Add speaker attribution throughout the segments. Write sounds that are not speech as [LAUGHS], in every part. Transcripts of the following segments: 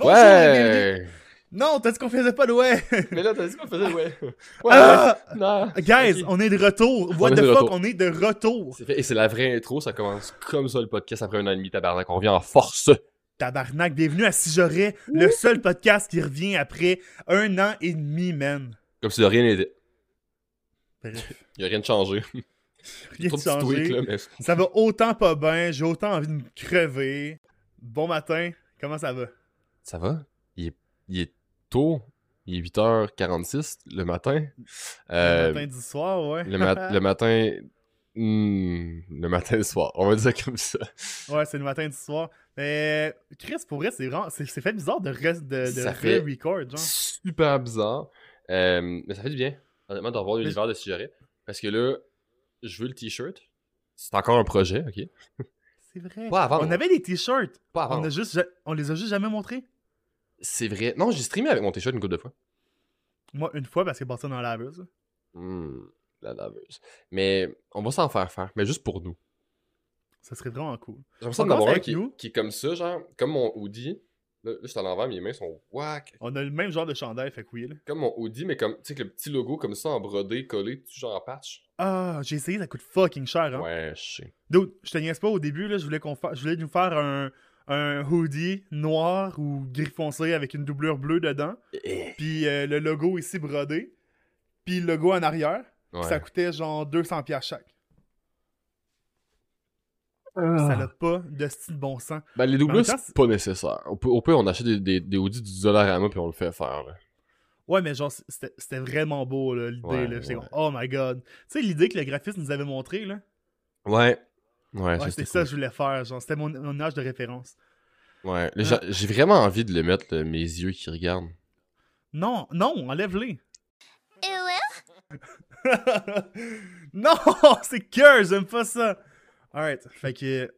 Speaker 1: Oh, Ouais!
Speaker 2: Non, t'as dit qu'on faisait pas de ouais!
Speaker 1: Mais là, t'as dit qu'on faisait, ouais. Ouais,
Speaker 2: Ah!
Speaker 1: ouais. Non.
Speaker 2: Guys,
Speaker 1: Ok.
Speaker 2: on est de retour! What
Speaker 1: On est
Speaker 2: the
Speaker 1: de
Speaker 2: fuck,
Speaker 1: retour.
Speaker 2: on est de retour!
Speaker 1: C'est fait. Et c'est la vraie intro, ça commence comme ça le podcast après un an et demi, tabarnak. On revient en force.
Speaker 2: Tabarnak, bienvenue à Si J'aurais, le seul podcast qui revient après un an et demi, man.
Speaker 1: Comme si de rien n'était.
Speaker 2: Bref,
Speaker 1: [LAUGHS] Il y a rien de changé.
Speaker 2: rien de
Speaker 1: Trop de petits
Speaker 2: changé.
Speaker 1: tweaks, là, mais
Speaker 2: Ça va autant pas bien, j'ai autant envie de me crever. Bon matin, comment ça va?
Speaker 1: Ça va? Il est, il est tôt. Il est 8h46 le matin.
Speaker 2: Le
Speaker 1: Euh,
Speaker 2: matin du soir, ouais.
Speaker 1: le, mat- le matin. Hmm, le matin et le soir. On va dire comme ça.
Speaker 2: Ouais, c'est le matin du soir. Mais Chris, pour vrai, c'est vraiment... c'est c'est fait bizarre de, re- de, de
Speaker 1: Ça fait-
Speaker 2: re-record, genre.
Speaker 1: Super bizarre. Euh, mais ça fait du bien, honnêtement, de revoir
Speaker 2: Mais-
Speaker 1: l'univers de Sigeret. Parce que là, je veux le t-shirt. C'est encore un projet, ok?
Speaker 2: C'est vrai.
Speaker 1: Pas avant.
Speaker 2: On avait des t-shirts.
Speaker 1: Pas avant.
Speaker 2: On, a juste, on les a juste jamais montrés.
Speaker 1: C'est vrai. Non, j'ai streamé avec mon t-shirt une couple de fois.
Speaker 2: Moi, une fois, parce qu'il est parti dans la laveuse.
Speaker 1: Hmm, la laveuse. Mais on va s'en faire faire, mais juste pour nous.
Speaker 2: Ça serait vraiment cool.
Speaker 1: J'ai l'impression
Speaker 2: On
Speaker 1: d'en avoir
Speaker 2: commence
Speaker 1: un
Speaker 2: avec
Speaker 1: qui,
Speaker 2: nous.
Speaker 1: qui est comme ça, genre, comme mon hoodie. Là, là, je suis à l'envers, mes mains sont whack.
Speaker 2: On a le même genre de chandail, fait que oui. là.
Speaker 1: Comme mon hoodie, mais comme, tu sais, que le petit logo comme ça en brodé, collé, tout genre en patch.
Speaker 2: Ah, j'ai essayé, ça coûte fucking cher. Hein.
Speaker 1: Ouais, je sais.
Speaker 2: Dude, je te niaise pas au début, là, je voulais, qu'on fa- je voulais nous faire un, un hoodie noir ou gris foncé avec une doublure bleue dedans.
Speaker 1: Eh,
Speaker 2: Puis euh, le logo ici brodé. Puis le logo en arrière. Puis
Speaker 1: ouais.
Speaker 2: Ça coûtait genre 200$ piastres chaque. Ça n'a pas de style bon sens.
Speaker 1: Ben, les
Speaker 2: En
Speaker 1: doublures,
Speaker 2: même temps,
Speaker 1: c'est pas nécessaire. Au peu, au pire, on achète des, des, des hoodies du Dollarama puis on le fait faire. là.
Speaker 2: Ouais, mais genre, c'était c'était vraiment beau, là, l'idée.
Speaker 1: Ouais,
Speaker 2: là. J'étais
Speaker 1: ouais.
Speaker 2: comme, oh my god. Tu sais, l'idée que le graphiste nous avait montrée, là.
Speaker 1: Ouais. Ouais,
Speaker 2: Ouais,
Speaker 1: ça,
Speaker 2: c'était
Speaker 1: c'était
Speaker 2: ça que
Speaker 1: cool.
Speaker 2: je voulais faire. Genre, c'était mon, mon âge de référence.
Speaker 1: Ouais. Là,
Speaker 2: Ah.
Speaker 1: j'a- J'ai vraiment envie de le mettre, là, mes yeux qui regardent.
Speaker 2: Non, non, enlève-les. [LAUGHS]
Speaker 3: Et ouais,
Speaker 2: non, [LAUGHS] c'est cœur, j'aime pas ça. Alright, fait que.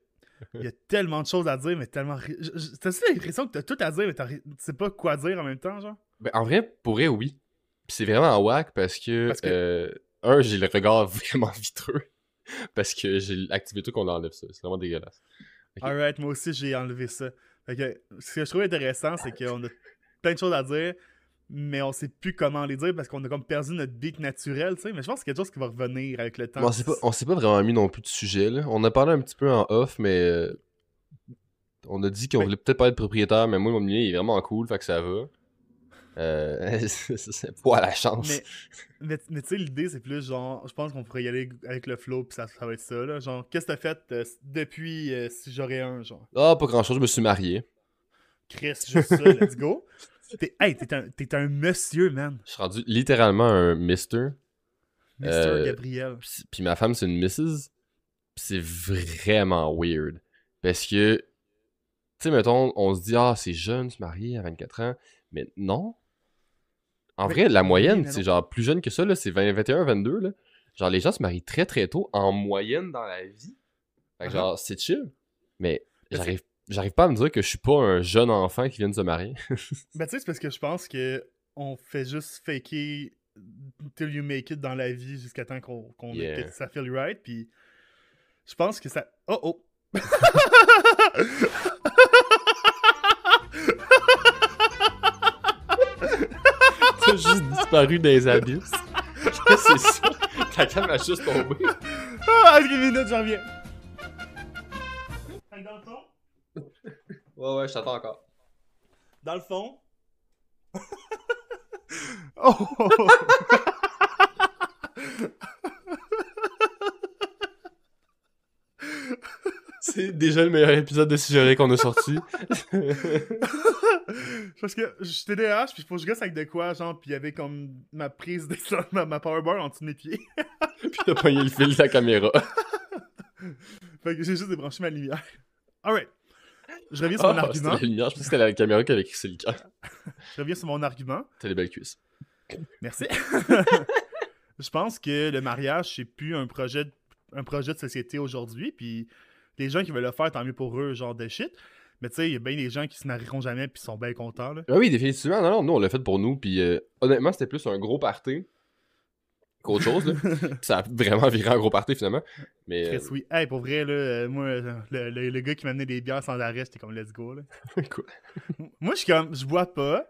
Speaker 2: Il
Speaker 1: [LAUGHS]
Speaker 2: y a tellement de choses à dire, mais tellement. ri- je- je- T'as-tu l'impression que t'as tout à dire, mais t'as ri- tu sais pas quoi dire en même temps, genre?
Speaker 1: Ben, en vrai, pour vrai, oui. Puis c'est vraiment whack parce que,
Speaker 2: Parce que-
Speaker 1: euh, un, j'ai le regard [LAUGHS] vraiment vitreux parce que j'ai activé tout qu'on enlève ça. C'est vraiment dégueulasse. Ok.
Speaker 2: Alright, moi aussi j'ai enlevé ça. Fait que ce que je trouve intéressant,
Speaker 1: [LAUGHS]
Speaker 2: c'est qu'on a plein de choses à dire, mais on sait plus comment les dire parce qu'on a comme perdu notre beat naturel, tu sais. Mais je pense que c'est quelque chose qui va revenir avec le temps.
Speaker 1: Mais on s'est pas, on s'est pas vraiment mis non plus de sujet. Là. On a parlé un petit peu en off, mais euh, on a dit qu'on
Speaker 2: Ben-
Speaker 1: voulait peut-être pas être propriétaire, mais moi, mon milieu il est vraiment cool, fait que ça va. Euh, [LAUGHS] c'est pas à la chance.
Speaker 2: Mais, mais, mais tu sais, l'idée, c'est plus genre, je pense qu'on pourrait y aller avec le flow, puis ça, ça va être ça, là. Genre, qu'est-ce que t'as fait euh, depuis euh, si j'aurais un, genre,
Speaker 1: Ah, pas grand chose, je me suis marié.
Speaker 2: Chris, juste ça, let's go. [LAUGHS] T'es, hey, t'es un, t'es un monsieur, man.
Speaker 1: Je suis rendu littéralement un mister.
Speaker 2: Mr.
Speaker 1: Euh,
Speaker 2: Gabriel.
Speaker 1: Puis puis ma femme, c'est une Mrs. Puis c'est vraiment weird. Parce que, tu sais, mettons, on se dit, ah, c'est jeune, se marier à 24 ans. Mais non. En
Speaker 2: Mais-
Speaker 1: vrai, la
Speaker 2: oui,
Speaker 1: moyenne,
Speaker 2: mais
Speaker 1: c'est
Speaker 2: non.
Speaker 1: genre plus jeune que ça, là, c'est 20, 21, 22. Là. Genre, les gens se marient très, très tôt, en moyenne dans la vie. Fait que,
Speaker 2: Ah.
Speaker 1: genre, c'est chill. Uh-huh. Mais
Speaker 2: Parce que-
Speaker 1: j'arrive j'arrive pas à me dire que je suis pas un jeune enfant qui vient de se marier. [LAUGHS]
Speaker 2: Ben, tu sais, c'est parce que je pense que on fait juste faker till you make it dans la vie jusqu'à temps qu'on qu'on
Speaker 1: Yeah.
Speaker 2: que ça feel right. Puis je pense que ça. Oh oh!
Speaker 1: T'as juste disparu des [LAUGHS] abysses. c'est ça. [LAUGHS] Ta cam a juste tombé.
Speaker 2: Ah, excuse une minute, je reviens. Fait que Dans le fond,
Speaker 1: Ouais, ouais, je t'attends encore.
Speaker 2: dans le fond. oh! oh, oh.
Speaker 1: C'est déjà le meilleur épisode de Sigeret qu'on a [LAUGHS] sorti.
Speaker 2: Parce que j'étais TDAH, puis faut que je reste avec de quoi, genre, puis il y avait comme ma prise de [LAUGHS] ma, ma power bar en dessous de mes pieds. [LAUGHS]
Speaker 1: Puis t'as pogné le fil de la caméra.
Speaker 2: Fait que j'ai juste débranché ma lumière. Alright. Je reviens sur mon
Speaker 1: Ah,
Speaker 2: argument.
Speaker 1: c'était la lumière. Je pense que c'était la caméra qui avait crissé le cœur.
Speaker 2: Je reviens sur mon argument.
Speaker 1: T'as les belles cuisses.
Speaker 2: Merci. je pense que le mariage, c'est plus un projet, de- un projet de société aujourd'hui. Puis les gens qui veulent le faire, tant mieux pour eux, genre de shit. Mais tu sais, il y a bien des gens qui se marieront jamais puis sont bien contents. Là.
Speaker 1: Ah oui, définitivement. Non, non, nous, on l'a fait pour nous. Puis euh, honnêtement, c'était plus un gros party qu'autre chose. Là. Puis ça a vraiment viré un gros party finalement. Mais euh,
Speaker 2: Chris, oui. Hey, pour vrai, là, euh, moi, euh, le, le- le gars qui m'amenait des bières sans arrêt, j'étais comme, let's go. Là.
Speaker 1: [LAUGHS] quoi?
Speaker 2: [LAUGHS] moi, je suis comme, je bois pas.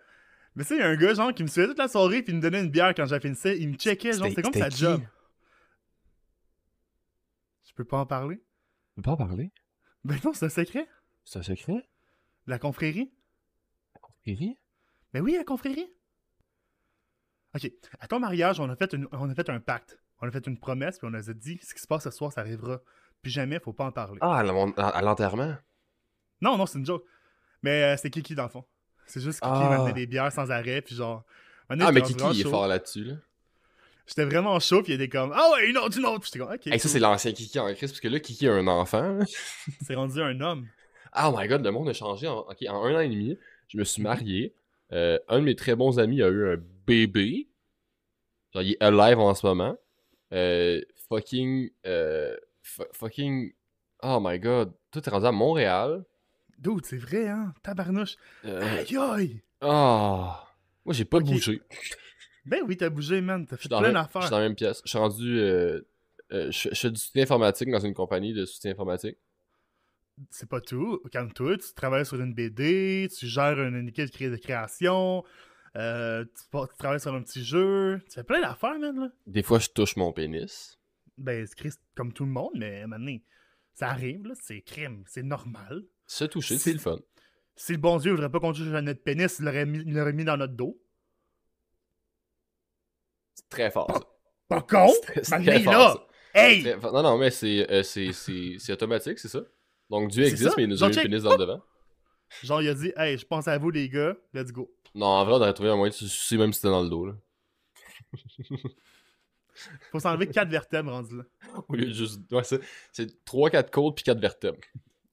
Speaker 2: Mais tu sais, il y a un gars, genre, qui me suivait toute la soirée, puis il me donnait une bière quand j'avais fini ça. Il me checkait, genre,
Speaker 1: C'était-
Speaker 2: c'était comme
Speaker 1: c'était
Speaker 2: sa
Speaker 1: qui?
Speaker 2: job. Je peux pas en parler?
Speaker 1: Tu peux pas en parler?
Speaker 2: Ben non, c'est un secret.
Speaker 1: C'est un secret?
Speaker 2: La confrérie.
Speaker 1: Riri?
Speaker 2: Ben oui, la confrérie. Ok, à ton mariage, on a fait, une- on a fait un pacte. On a fait une promesse, puis on a dit, ce qui se passe ce soir, ça arrivera. Puis jamais, faut pas en parler.
Speaker 1: Ah, à l'en- à à l'enterrement?
Speaker 2: Non, non, c'est une joke. Mais euh, c'est Kiki dans le fond. C'est juste Kiki
Speaker 1: Ah.
Speaker 2: m'amenait des bières sans arrêt, puis genre. un moment
Speaker 1: Ah,
Speaker 2: donné,
Speaker 1: mais Kiki,
Speaker 2: j'étais vraiment
Speaker 1: il est
Speaker 2: chaud.
Speaker 1: fort là-dessus, là.
Speaker 2: J'étais vraiment chaud, puis il était comme Ah ouais, une autre, une autre. Puis J'étais comme Ok.
Speaker 1: Hey, ça,
Speaker 2: cool.
Speaker 1: c'est l'ancien Kiki en crise, parce que là, Kiki a un enfant. là.
Speaker 2: C'est rendu un homme.
Speaker 1: Ah, my god, le monde a changé. En, ok, en un an et demi, je me
Speaker 2: Mhm.
Speaker 1: suis marié. Euh, un de mes très bons amis a eu un bébé. Genre, il est alive en ce moment. Euh, fucking. euh, fu- fucking. Oh my god, tout est rendu à Montréal.
Speaker 2: Dude, c'est vrai, hein. Tabarnouche.
Speaker 1: Euh,
Speaker 2: Aïe aïe.
Speaker 1: Ah. Moi, j'ai pas
Speaker 2: Ok.
Speaker 1: bougé.
Speaker 2: Ben oui, t'as bougé, man. T'as fait
Speaker 1: Je suis dans,
Speaker 2: plein
Speaker 1: la- je suis
Speaker 2: d'affaires.
Speaker 1: dans la même pièce. Je suis rendu. euh, euh, je, je fais du soutien informatique dans une compagnie de soutien informatique.
Speaker 2: C'est pas tout. Calme-toi. Tu travailles sur une BD, tu gères une, une équipe de cré- de création, euh, tu, pa- tu travailles sur un petit jeu. Tu fais plein d'affaires, man. Là.
Speaker 1: Des fois, je touche mon pénis.
Speaker 2: Ben, c'est Christ comme tout le monde, mais maintenant, ça arrive, là. C'est crime. C'est normal.
Speaker 1: Se toucher, c'est le fun.
Speaker 2: Si le bon Dieu voudrait pas qu'on touche à notre pénis, il l'aurait mis, il l'aurait mis dans notre dos.
Speaker 1: C'est très fort. ça.
Speaker 2: Pas
Speaker 1: [LAUGHS]
Speaker 2: con!
Speaker 1: C'est- c'est
Speaker 2: Oh! Ma
Speaker 1: très
Speaker 2: vie,
Speaker 1: fort,
Speaker 2: là!
Speaker 1: ça.
Speaker 2: Hey!
Speaker 1: Très fort. Non, non, mais c'est euh, c'est- c'est- c'est automatique, c'est ça? Donc Dieu
Speaker 2: C'est
Speaker 1: existe,
Speaker 2: ça.
Speaker 1: mais il nous a
Speaker 2: Donc,
Speaker 1: mis le
Speaker 2: check.
Speaker 1: pénis dans le devant.
Speaker 2: Genre, il a dit, hey, je pense à vous, les gars, let's go.
Speaker 1: Non, en vrai, on aurait trouvé un moyen de se sucer même si c'était dans le dos, là. [LAUGHS]
Speaker 2: Faut s'enlever quatre vertèbres rendu là.
Speaker 1: Au lieu de juste. ouais, c'est- c'est 3-4 côtes puis 4 vertèbres.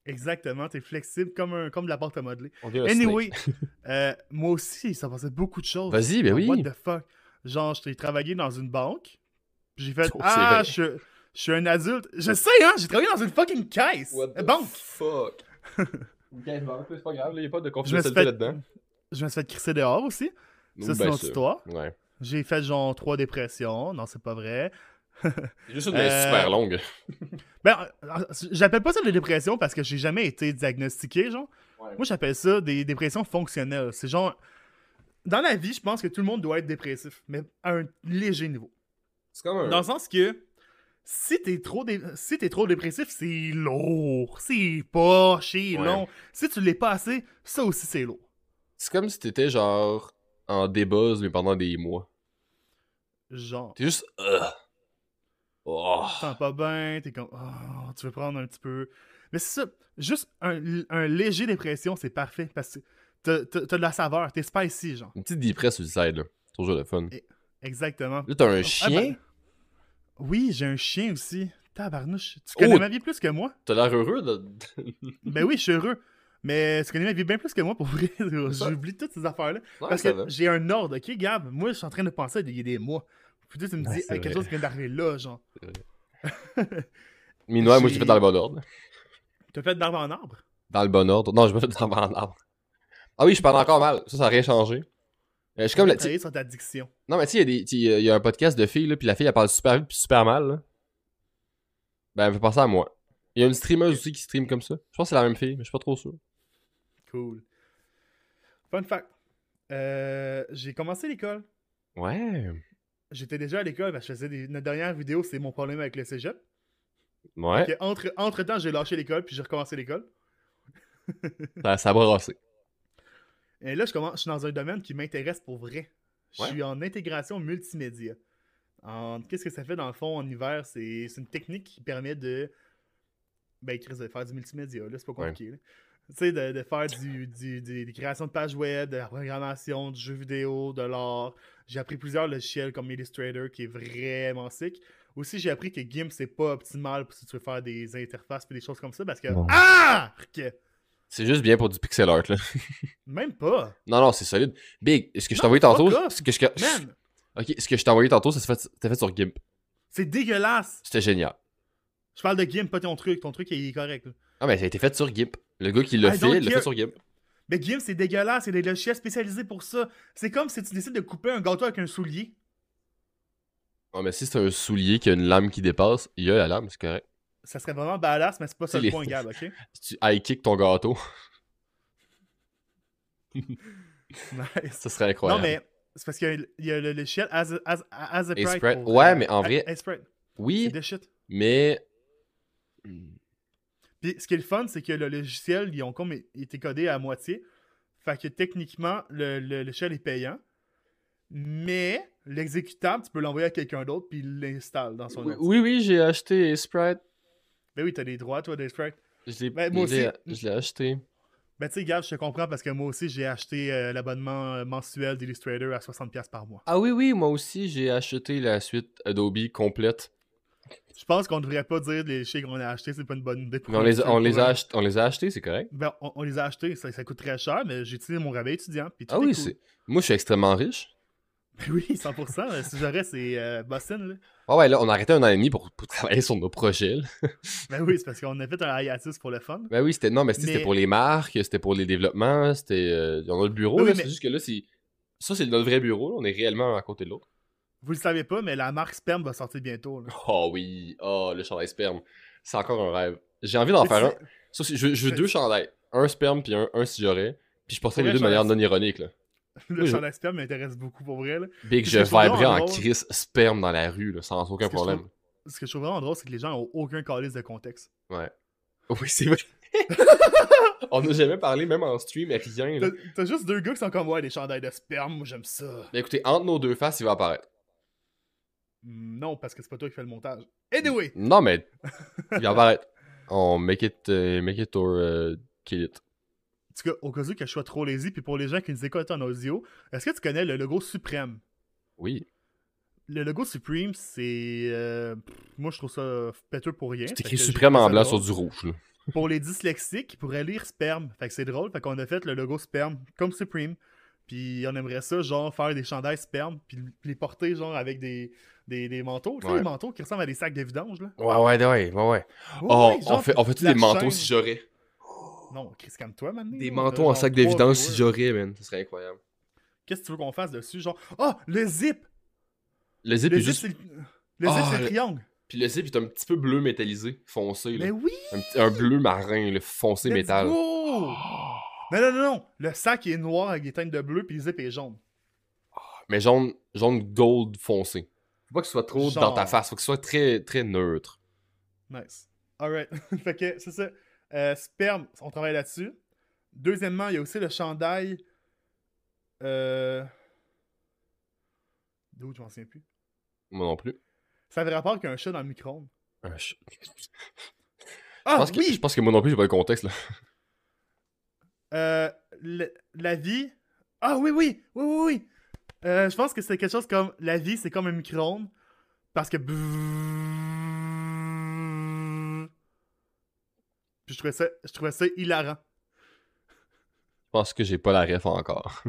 Speaker 2: Exactement, t'es flexible comme, un, comme de la porte à modeler.
Speaker 1: On dirait un snake. [LAUGHS]
Speaker 2: Anyway, euh, moi aussi, ça passait beaucoup de choses.
Speaker 1: Vas-y, ben
Speaker 2: Genre,
Speaker 1: oui.
Speaker 2: What the fuck? Genre, j'ai travaillé dans une banque, puis j'ai fait,
Speaker 1: Oh, [LAUGHS] c'est
Speaker 2: ah,
Speaker 1: vrai.
Speaker 2: je, je suis un adulte. Je sais, hein, j'ai travaillé dans une fucking caisse.
Speaker 1: What the
Speaker 2: banque. [LAUGHS]
Speaker 1: fuck? Ok, bon, c'est pas grave, là, il n'y a pas de
Speaker 2: Je me suis
Speaker 1: confidentialité
Speaker 2: fait-
Speaker 1: là-dedans.
Speaker 2: Je me suis fait crisser dehors aussi.
Speaker 1: Ou
Speaker 2: ça, c'est
Speaker 1: ben
Speaker 2: notre histoire.
Speaker 1: Ouais.
Speaker 2: J'ai fait genre trois dépressions. Non, c'est pas vrai.
Speaker 1: C'est Juste une
Speaker 2: Euh,
Speaker 1: liste super longue.
Speaker 2: Ben, euh, j'appelle pas ça des dépressions parce que j'ai jamais été diagnostiqué, genre.
Speaker 1: Ouais.
Speaker 2: Moi, j'appelle ça des dépressions fonctionnelles. C'est genre. Dans la vie, je pense que tout le monde doit être dépressif, mais à un léger niveau.
Speaker 1: C'est comme un.
Speaker 2: Dans le sens que si t'es trop, dé- si t'es trop dépressif, c'est lourd. C'est poche, c'est
Speaker 1: Ouais.
Speaker 2: long. Si tu l'es pas assez, ça aussi, c'est lourd.
Speaker 1: C'est comme si t'étais genre en débuzz, mais pendant des mois.
Speaker 2: Genre, tu
Speaker 1: T'es juste. Ugh. Oh.
Speaker 2: te sens pas bien, t'es comme. Oh, tu veux prendre un petit peu. Mais c'est ça. Juste un, un léger dépression, c'est parfait parce que t'as- t'as t'as de la saveur. T'es spicy, genre.
Speaker 1: Une petite dépresse suicide, là. Toujours le fun.
Speaker 2: Exactement.
Speaker 1: Là, t'as un
Speaker 2: Ah,
Speaker 1: chien.
Speaker 2: ben, oui, j'ai un chien aussi. Tabarnouche, tu connais
Speaker 1: Oh!
Speaker 2: ma vie plus que moi?
Speaker 1: T'as l'air heureux de.
Speaker 2: Ben oui, je suis heureux. Mais tu connais ma vie bien plus que moi, pour vrai. [LAUGHS]
Speaker 1: ça.
Speaker 2: J'oublie toutes ces affaires-là.
Speaker 1: Ouais,
Speaker 2: Parce
Speaker 1: ça
Speaker 2: que
Speaker 1: va.
Speaker 2: j'ai un ordre, OK, Gab? Moi, je suis en train de penser à il y a des mois. Puis toi, tu me
Speaker 1: Ouais,
Speaker 2: dis,
Speaker 1: c'est
Speaker 2: Hey,
Speaker 1: vrai.
Speaker 2: quelque chose qui vient d'arriver là, genre.
Speaker 1: Mais ouais, moi, j'ai
Speaker 2: j'ai-
Speaker 1: fait dans le bon ordre.
Speaker 2: T'as fait d'arbre en arbre?
Speaker 1: Dans le bon ordre. Non, j'ai pas fait dans le bon ordre. Ah oui, je parle encore mal. Ça, ça a rien changé. Euh, je suis comme. la-
Speaker 2: Travailler sur ta diction.
Speaker 1: Non, mais tu sais, il y a des- tu- il y, a- il y a un podcast de filles, là, puis la fille, elle parle super vite, puis super mal, là. Ben, elle me fait penser à moi. Il y a une streameuse aussi qui stream comme ça. Je pense que c'est la même fille, mais je suis pas trop sûr.
Speaker 2: Cool. Fun fact. Euh, j'ai commencé l'école.
Speaker 1: Ouais.
Speaker 2: J'étais déjà à l'école, parce que je faisais des... Notre dernière vidéo, c'est mon problème avec le cégep.
Speaker 1: Ouais.
Speaker 2: Que entre... Entre-temps, j'ai lâché l'école, puis j'ai recommencé l'école.
Speaker 1: Ça, ça a brassé.
Speaker 2: Et là, je, commence, je suis dans un domaine qui m'intéresse pour vrai. Je
Speaker 1: Ouais.
Speaker 2: suis en intégration multimédia. En- Qu'est-ce que ça fait dans le fond en hiver? C'est c'est une technique qui permet de. Ben, Chris, de faire du multimédia, là, c'est pas compliqué. là. Tu sais, de, de faire du, du- des, des créations de pages web, de la programmation, du jeu vidéo, de l'art. J'ai appris plusieurs logiciels comme Illustrator qui est vraiment sick. Aussi, j'ai appris que GIMP, c'est pas optimal pour si tu veux faire des interfaces et des choses comme ça parce que.
Speaker 1: Non.
Speaker 2: Ah!
Speaker 1: C'est juste bien pour du pixel art, là.
Speaker 2: Même pas!
Speaker 1: Non, non, c'est solide. Big, ce que je t'ai
Speaker 2: Non,
Speaker 1: envoyé tantôt,
Speaker 2: fuck off.
Speaker 1: ce que je...
Speaker 2: Man!
Speaker 1: Ok, ce que je t'ai envoyé tantôt, ça s'est fait, c'était fait sur Gimp.
Speaker 2: C'est dégueulasse!
Speaker 1: C'était génial.
Speaker 2: Je parle de Gimp, pas ton truc. Ton truc, il est correct. là.
Speaker 1: Ah, mais ça a été fait sur Gimp. Le gars qui l'a
Speaker 2: I don't
Speaker 1: fait, il l'a fait
Speaker 2: care.
Speaker 1: sur Gimp.
Speaker 2: Mais Gimp, c'est dégueulasse. Il y a des logiciels spécialisés pour ça. C'est comme si tu décides de couper un gâteau avec un soulier.
Speaker 1: Ah, mais si c'est un soulier qui a une lame qui dépasse, il y a la lame, c'est correct.
Speaker 2: ça serait vraiment badass, mais c'est pas ça
Speaker 1: C'est
Speaker 2: le
Speaker 1: les- [LAUGHS]
Speaker 2: point, Gab, ok?
Speaker 1: Tu high kick ton gâteau, [LAUGHS]
Speaker 2: Nice.
Speaker 1: ça serait
Speaker 2: Non,
Speaker 1: incroyable.
Speaker 2: mais c'est parce qu'il y a- il y a le- l'échelle as, a- as, a- as a
Speaker 1: Et
Speaker 2: pride
Speaker 1: spread.
Speaker 2: pour,
Speaker 1: Ouais,
Speaker 2: euh,
Speaker 1: mais en
Speaker 2: a-
Speaker 1: vrai-
Speaker 2: a spread. C'est
Speaker 1: Oui,
Speaker 2: de shit.
Speaker 1: mais
Speaker 2: Puis ce qui est le fun, c'est que le logiciel, ils ont comme été codé à moitié. Fait que techniquement, le- le- l'échelle est payant. Mais l'exécutable, tu peux l'envoyer à quelqu'un d'autre puis il l'installe dans son
Speaker 1: oui,
Speaker 2: ordi.
Speaker 1: oui, oui, j'ai acheté Sprite.
Speaker 2: Ben oui, t'as des droits, toi, des sprites.
Speaker 1: Je l'ai
Speaker 2: Ben, moi
Speaker 1: je l'ai-
Speaker 2: aussi.
Speaker 1: je l'ai acheté.
Speaker 2: Ben tu sais, Gab, je te comprends parce que moi aussi, j'ai acheté euh, l'abonnement euh, mensuel d'Illustrator à 60$ par mois.
Speaker 1: Ah oui, oui, moi aussi, j'ai acheté la suite Adobe complète.
Speaker 2: Je pense qu'on devrait pas dire les chiens qu'on a achetés, c'est pas une bonne idée. pour
Speaker 1: Mais on les, a- on
Speaker 2: pour
Speaker 1: les,
Speaker 2: un-
Speaker 1: a, ach- on les a achetés, c'est correct.
Speaker 2: Ben, on, on les a achetés, ça, ça coûte très cher, mais j'ai utilisé mon rabais étudiant. Puis tout
Speaker 1: Ah
Speaker 2: est
Speaker 1: oui,
Speaker 2: cool.
Speaker 1: c'est. Moi, je suis extrêmement riche.
Speaker 2: [LAUGHS] Ben oui, 100%. euh, si j'aurais, c'est euh, Boston. Là.
Speaker 1: Ah ouais, là, on a arrêté un an et demi pour, pour [LAUGHS] travailler sur nos projets. là.
Speaker 2: Ben oui, c'est parce qu'on a fait un hiatus pour le fun.
Speaker 1: Ben oui, c'était. Non, mais, c'était
Speaker 2: Mais- pour
Speaker 1: pour les marques, c'était pour les développements, c'était. euh, on a le bureau,
Speaker 2: Oui, là, oui, c'est
Speaker 1: c'est
Speaker 2: mais-
Speaker 1: juste que là, c'est. Ça, c'est notre vrai bureau, on est réellement à côté de l'autre. [LAUGHS]
Speaker 2: Vous le savez pas, mais la marque Sperm va sortir bientôt. là.
Speaker 1: Oh oui, oh, le chandail sperme. C'est encore un rêve. J'ai envie d'en faire un. Ça, c'est- je, veux- je veux
Speaker 2: Mais-
Speaker 1: deux chandails. Un sperme, puis un, un si j'aurais. Puis je porterais
Speaker 2: Pour
Speaker 1: les deux de
Speaker 2: vrai,
Speaker 1: manière
Speaker 2: chandail-
Speaker 1: non ironique, là.
Speaker 2: [LAUGHS] Le
Speaker 1: Oui, je-
Speaker 2: chandail Sperm m'intéresse beaucoup pour vrai. là.
Speaker 1: Big,
Speaker 2: Parce
Speaker 1: je
Speaker 2: que je trouve
Speaker 1: vibrais
Speaker 2: vraiment
Speaker 1: en
Speaker 2: drôle.
Speaker 1: crise sperme dans la rue, là, sans aucun
Speaker 2: Parce que je
Speaker 1: problème.
Speaker 2: Ce que je trouve vraiment drôle, c'est que les gens n'ont aucun calice de contexte.
Speaker 1: Oui, c'est vrai. [LAUGHS] on n'a jamais parlé, même en stream, mais rien, là.
Speaker 2: T'as t'as juste deux gars qui sont comme, ouais, les chandails de Sperm, moi j'aime ça.
Speaker 1: Mais Ben, écoutez, entre nos deux faces, il va apparaître.
Speaker 2: Mm, Non, parce que c'est pas toi qui fais le montage. Anyway,
Speaker 1: Non, mais il va apparaître. On make it, euh, make it or euh, kill it.
Speaker 2: en tout cas, au cas où que je sois trop lazy, puis pour les gens qui nous écoutent en audio, est-ce que tu connais le logo suprême
Speaker 1: Oui.
Speaker 2: Le logo Supreme, c'est. euh, pff, moi, je trouve ça péteux pour rien.
Speaker 1: C'est
Speaker 2: Fait
Speaker 1: écrit
Speaker 2: que j'ai
Speaker 1: suprême
Speaker 2: trouvé
Speaker 1: en
Speaker 2: ça
Speaker 1: blanc sur
Speaker 2: drôle.
Speaker 1: du rouge. là.
Speaker 2: Pour les dyslexiques, ils pourraient lire sperme. Fait que c'est drôle. Fait qu'on a fait le logo sperme comme Supreme. Puis on aimerait ça, genre, faire des chandails sperme. Puis les porter, genre, avec des, des, des manteaux. Tu sais,
Speaker 1: Ouais.
Speaker 2: des manteaux qui ressemblent à des sacs de vidange, là.
Speaker 1: Ouais, ouais, ouais, ouais, ouais.
Speaker 2: Ouais,
Speaker 1: oh,
Speaker 2: ouais,
Speaker 1: on
Speaker 2: genre,
Speaker 1: fait, on fait tous
Speaker 2: la
Speaker 1: des manteaux
Speaker 2: chaîne.
Speaker 1: si j'aurais.
Speaker 2: Non, Chris, calme-toi, maintenant.
Speaker 1: Des manteaux en sac de vidange si j'aurais, man. Ce serait incroyable.
Speaker 2: Qu'est-ce que tu veux qu'on fasse dessus? Genre, oh, le zip
Speaker 1: Le zip
Speaker 2: Le
Speaker 1: est
Speaker 2: zip,
Speaker 1: juste.
Speaker 2: c'est le- le zip,
Speaker 1: Ah,
Speaker 2: c'est le
Speaker 1: le-
Speaker 2: triangle.
Speaker 1: Puis le zip est un petit peu bleu métallisé, foncé.
Speaker 2: Mais
Speaker 1: Là.
Speaker 2: oui!
Speaker 1: Un, petit- un bleu marin, le foncé
Speaker 2: Let's
Speaker 1: métal. Ah!
Speaker 2: go! Non, non, non, non. Le sac est noir avec des teintes de bleu, puis les zips est jaune.
Speaker 1: Mais jaune, jaune gold foncé. Faut pas que ce soit trop dans ta
Speaker 2: Genre.
Speaker 1: face, faut que ce soit très, très neutre.
Speaker 2: Nice. Alright. [LAUGHS] fait que c'est ça. Euh, sperme, on travaille là-dessus. Deuxièmement, il y a aussi le chandail. Euh. D'où je m'en souviens plus.
Speaker 1: Moi non plus.
Speaker 2: Ça avait rapport qu'un chat dans le micro-ondes.
Speaker 1: Un ch- Ah, je,
Speaker 2: Ah
Speaker 1: pense que,
Speaker 2: oui!
Speaker 1: je pense que moi non plus, j'ai pas le contexte. Là.
Speaker 2: Euh, le- la vie. Ah oui, oui! Oui, oui, oui! Euh, je pense que c'est quelque chose comme. La vie, c'est comme un micro-ondes. Parce que. Puis je trouvais ça, je trouvais ça hilarant.
Speaker 1: Je pense que j'ai pas la ref encore.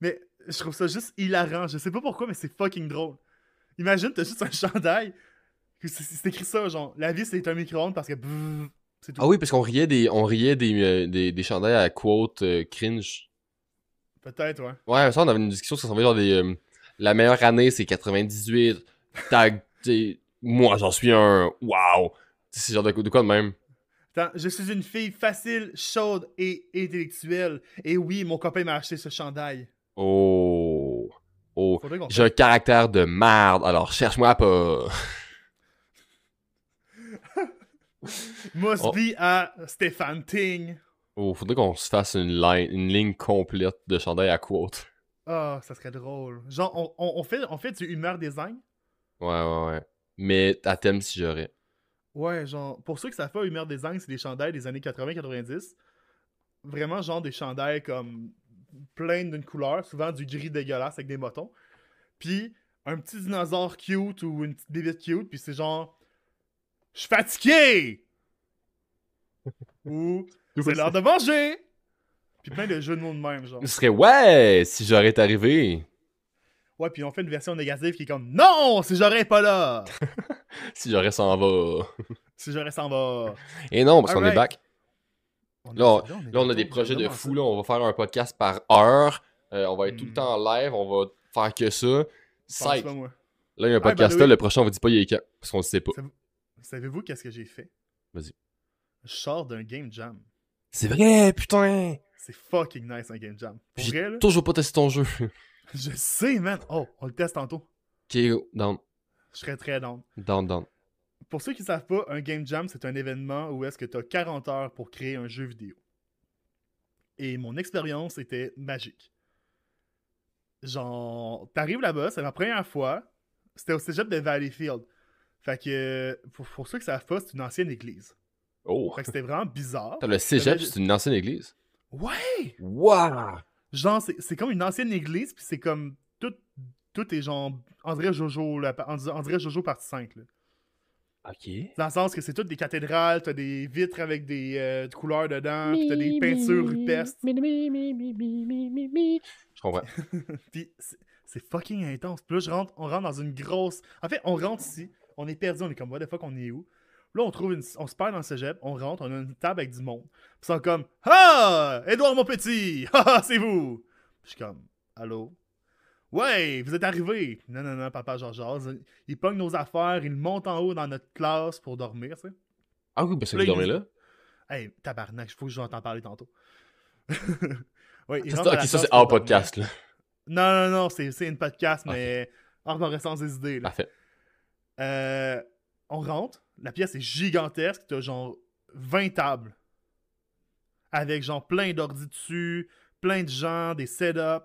Speaker 2: Mais je trouve ça juste hilarant. Je sais pas pourquoi, mais c'est fucking drôle. Imagine, t'as juste un chandail. que C'est c'est écrit ça, genre, la vie c'est un micro-ondes parce que. brrr, C'est tout.
Speaker 1: Ah oui, parce qu'on riait des, on riait des, euh, des, des chandails à quote euh, cringe.
Speaker 2: Peut-être, ouais.
Speaker 1: Ouais, ça, on avait une discussion sur ça va genre des. euh, la meilleure année, c'est 98. Tag, t'sais, moi, j'en suis un. Waouh! T'sais, C'est genre de, de quoi de même?
Speaker 2: Attends, je suis une fille facile, chaude et intellectuelle. Et oui, mon copain m'a acheté ce chandail.
Speaker 1: Oh. Oh.
Speaker 2: Faudrait qu'on
Speaker 1: J'ai un caractère de merde, alors cherche-moi pas.
Speaker 2: fasse- Must
Speaker 1: Oh.
Speaker 2: be à Stéphane Ting.
Speaker 1: Oh, faudrait qu'on se fasse une, line, une ligne complète de chandail à quote.
Speaker 2: Ah, ça serait drôle. Genre, on, on- on fait, on fait du humeur design.
Speaker 1: Ouais, ouais, ouais. Mais à thème si j'aurais.
Speaker 2: Ouais, genre, pour ceux qui savent pas, Humeur Design, c'est des chandails des années 80-90. Vraiment, genre, des chandails comme plein d'une couleur, souvent du gris dégueulasse avec des moutons. Puis, un petit dinosaure cute ou une petite bébête cute, puis c'est genre, je suis fatigué! ou, c'est l'heure de manger! Puis plein de jeux de mots de même, genre.
Speaker 1: Ce serait ouais si j'aurais été arrivé.
Speaker 2: Ouais, puis on fait une version négative qui est comme, non, si j'aurais pas là!
Speaker 1: Si j'aurais s'en va.
Speaker 2: Si j'aurais s'en va.
Speaker 1: Et non, parce qu'on
Speaker 2: Alright.
Speaker 1: est back.
Speaker 2: On
Speaker 1: Là, on-
Speaker 2: est- est
Speaker 1: Là, on a
Speaker 2: retour,
Speaker 1: des
Speaker 2: j'aime
Speaker 1: projets de
Speaker 2: vraiment ça.
Speaker 1: fou. Là, on va faire un podcast par heure. Euh, on va être tout
Speaker 2: Hmm.
Speaker 1: le temps en live. On va faire que ça.
Speaker 2: Pense
Speaker 1: Psych.
Speaker 2: pas, moi.
Speaker 1: Là, il y a un
Speaker 2: Ah, by
Speaker 1: podcast
Speaker 2: the way.
Speaker 1: là. Le prochain, on vous dit pas il est quand. Parce qu'on le sait pas.
Speaker 2: Savez-vous qu'est-ce que j'ai fait?
Speaker 1: Vas-y.
Speaker 2: Je sors d'un game jam.
Speaker 1: C'est vrai, putain!
Speaker 2: C'est fucking nice un game jam. Pour
Speaker 1: J'ai
Speaker 2: vrai, là,
Speaker 1: Toujours pas testé ton jeu. [LAUGHS]
Speaker 2: je sais, man. Oh, on le teste tantôt.
Speaker 1: ok, down,
Speaker 2: Je serais très down.
Speaker 1: down, down.
Speaker 2: Pour ceux qui savent pas, un game jam, c'est un événement où est-ce que tu as 40 heures pour créer un jeu vidéo. Et mon expérience était magique. Genre, t'arrives là-bas, c'est ma première fois. C'était au cégep de Valleyfield. Fait que, pour, pour ceux qui savent pas, c'est une ancienne église.
Speaker 1: Oh!
Speaker 2: Fait que c'était vraiment bizarre.
Speaker 1: Attends, le cégep,
Speaker 2: T'avais-
Speaker 1: c'est une ancienne église.
Speaker 2: Ouais!
Speaker 1: Waouh!
Speaker 2: Genre, c'est c'est comme une ancienne église, puis c'est comme tout, tout est genre André Jojo, là, André André Jojo partie 5. Là.
Speaker 1: Ok.
Speaker 2: Dans le sens que c'est toutes des cathédrales, t'as des vitres avec des euh, de couleurs dedans, pis t'as des
Speaker 1: Mi, mi,
Speaker 2: peintures
Speaker 1: mi,
Speaker 2: rupestres.
Speaker 1: mi, mi, mi, mi, mi, mi, mi, mi. Je comprends.
Speaker 2: Puis c'est- c'est fucking intense. Puis là, je rentre, on rentre dans une grosse. En fait, on rentre ici, on est perdu, on est comme, what the fuck, on est où? Là, on trouve une. On se perd dans le cégep, on rentre, on a une table avec du monde. Pis ils sont comme, ah! Édouard, mon petit! [LAUGHS] Ah, ah, c'est vous! Puis je suis comme, allô? Ouais, vous êtes arrivés! Non, non, non, papa Georges. Ils pognent nos affaires, ils montent en haut dans notre classe pour dormir, tu sais.
Speaker 1: Ah oui, parce que
Speaker 2: Là,
Speaker 1: vous dormez
Speaker 2: il-
Speaker 1: là?
Speaker 2: Hey, tabarnak, faut que je vais en parler tantôt. [LAUGHS] ouais, il
Speaker 1: Ça, c'est- ok,
Speaker 2: rentre à la
Speaker 1: ça,
Speaker 2: classe
Speaker 1: c'est
Speaker 2: pour
Speaker 1: hors
Speaker 2: dormir.
Speaker 1: podcast, là.
Speaker 2: Non, non, non, c'est c'est une podcast,
Speaker 1: Ok.
Speaker 2: mais hors connaissance des idées. là.
Speaker 1: Parfait.
Speaker 2: Euh, on rentre, la pièce est gigantesque, t'as genre 20 tables. Avec genre plein d'ordi dessus, plein de gens, des setups.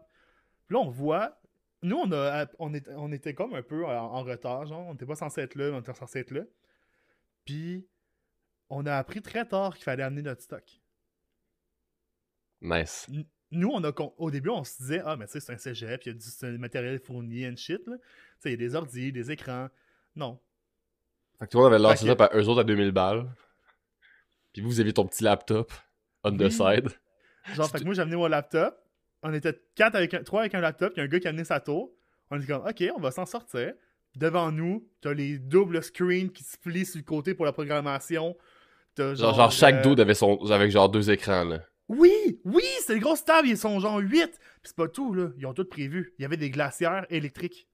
Speaker 2: Puis là, on voit. Nous, on, a, on, est- on était comme un peu en, en retard, genre. On était pas censé être là, mais on était censé être là. Puis, on a appris très tard qu'il fallait amener notre stock.
Speaker 1: Nice.
Speaker 2: nous, on a con- au début, on se disait, ah, mais tu sais, c'est un cégep, il y a du c'est un matériel fourni and shit, là. Tu sais, il y a des ordi, des écrans. Non.
Speaker 1: Fait que tout le monde avait leur
Speaker 2: Ok.
Speaker 1: setup à eux autres à 2000 balles. Puis vous, vous aviez ton petit laptop on the
Speaker 2: Oui.
Speaker 1: side.
Speaker 2: Genre, fait que moi, j'ai amené mon laptop. On était quatre avec un- trois avec un laptop, il y a un gars qui a amené sa tour. On est comme, ok, on va s'en sortir. Devant nous, t'as les doubles screens qui se plient sur le côté pour la programmation. T'as
Speaker 1: Genre, genre, chaque
Speaker 2: euh,
Speaker 1: dude avait son. avec genre deux écrans, là.
Speaker 2: Oui, oui, c'est le gros stable, ils sont genre 8. Puis c'est pas tout, là. Ils ont tout prévu. Il y avait des glacières électriques.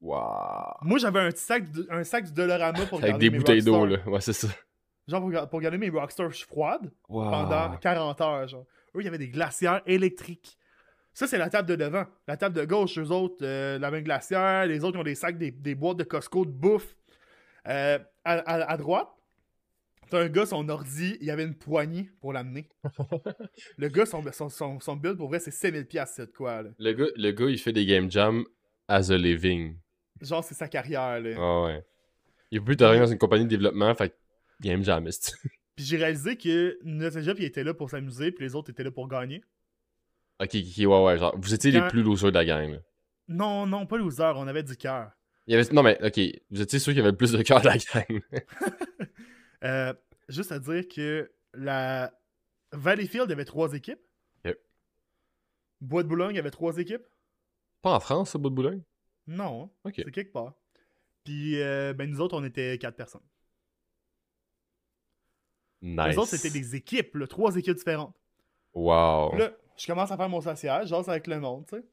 Speaker 1: Waouh!
Speaker 2: Moi, j'avais un petit sac, de- un sac du Dolorama pour
Speaker 1: Ah. Avec
Speaker 2: garder
Speaker 1: des
Speaker 2: mes
Speaker 1: bouteilles d'eau,
Speaker 2: Rockstar.
Speaker 1: là. Ouais, c'est ça.
Speaker 2: Genre pour, ga- pour garder mes rockstars froides
Speaker 1: Waouh!
Speaker 2: pendant 40 heures. Genre. Eux, il y avait des glacières électriques. Ça, c'est la table de devant. La table de gauche, eux autres, euh, la même glacière. Les autres, ils ont des sacs, des, des boîtes de Costco de bouffe. Euh, à, à- à droite, t'as un gars, son ordi, il y avait une poignée pour l'amener. Le gars, son, son, son, son build, pour vrai, c'est 7000$, piastres, c'est de quoi, là.
Speaker 1: Le, gars, le gars, il fait des game jams as a living.
Speaker 2: Genre, c'est sa carrière, là.
Speaker 1: Ah ouais. Il peut plus travailler dans une compagnie de développement, fait que game jam, est
Speaker 2: Puis j'ai réalisé que notre cégep, il était là pour s'amuser, puis les autres étaient là pour gagner.
Speaker 1: Ok, ok, ouais, ouais, genre, vous étiez
Speaker 2: Quand-
Speaker 1: les plus losers de la gang, là.
Speaker 2: Non, non, pas loser, on avait du cœur.
Speaker 1: Il y avait... Non, mais, ok, vous étiez ceux qui avaient le plus de cœur de la gang.
Speaker 2: Euh, juste à dire que la Valleyfield avait trois équipes.
Speaker 1: Yep.
Speaker 2: Bois de Boulogne avait trois équipes.
Speaker 1: Pas en France, ça, bout de boulogne?
Speaker 2: Non, hein.
Speaker 1: Ok.
Speaker 2: c'est quelque part. Puis euh, ben, nous autres, on était quatre personnes.
Speaker 1: Nice.
Speaker 2: Les autres, c'était des équipes, là, trois équipes différentes.
Speaker 1: Wow.
Speaker 2: Là, je commence à faire mon social, j'ose avec le monde, tu sais.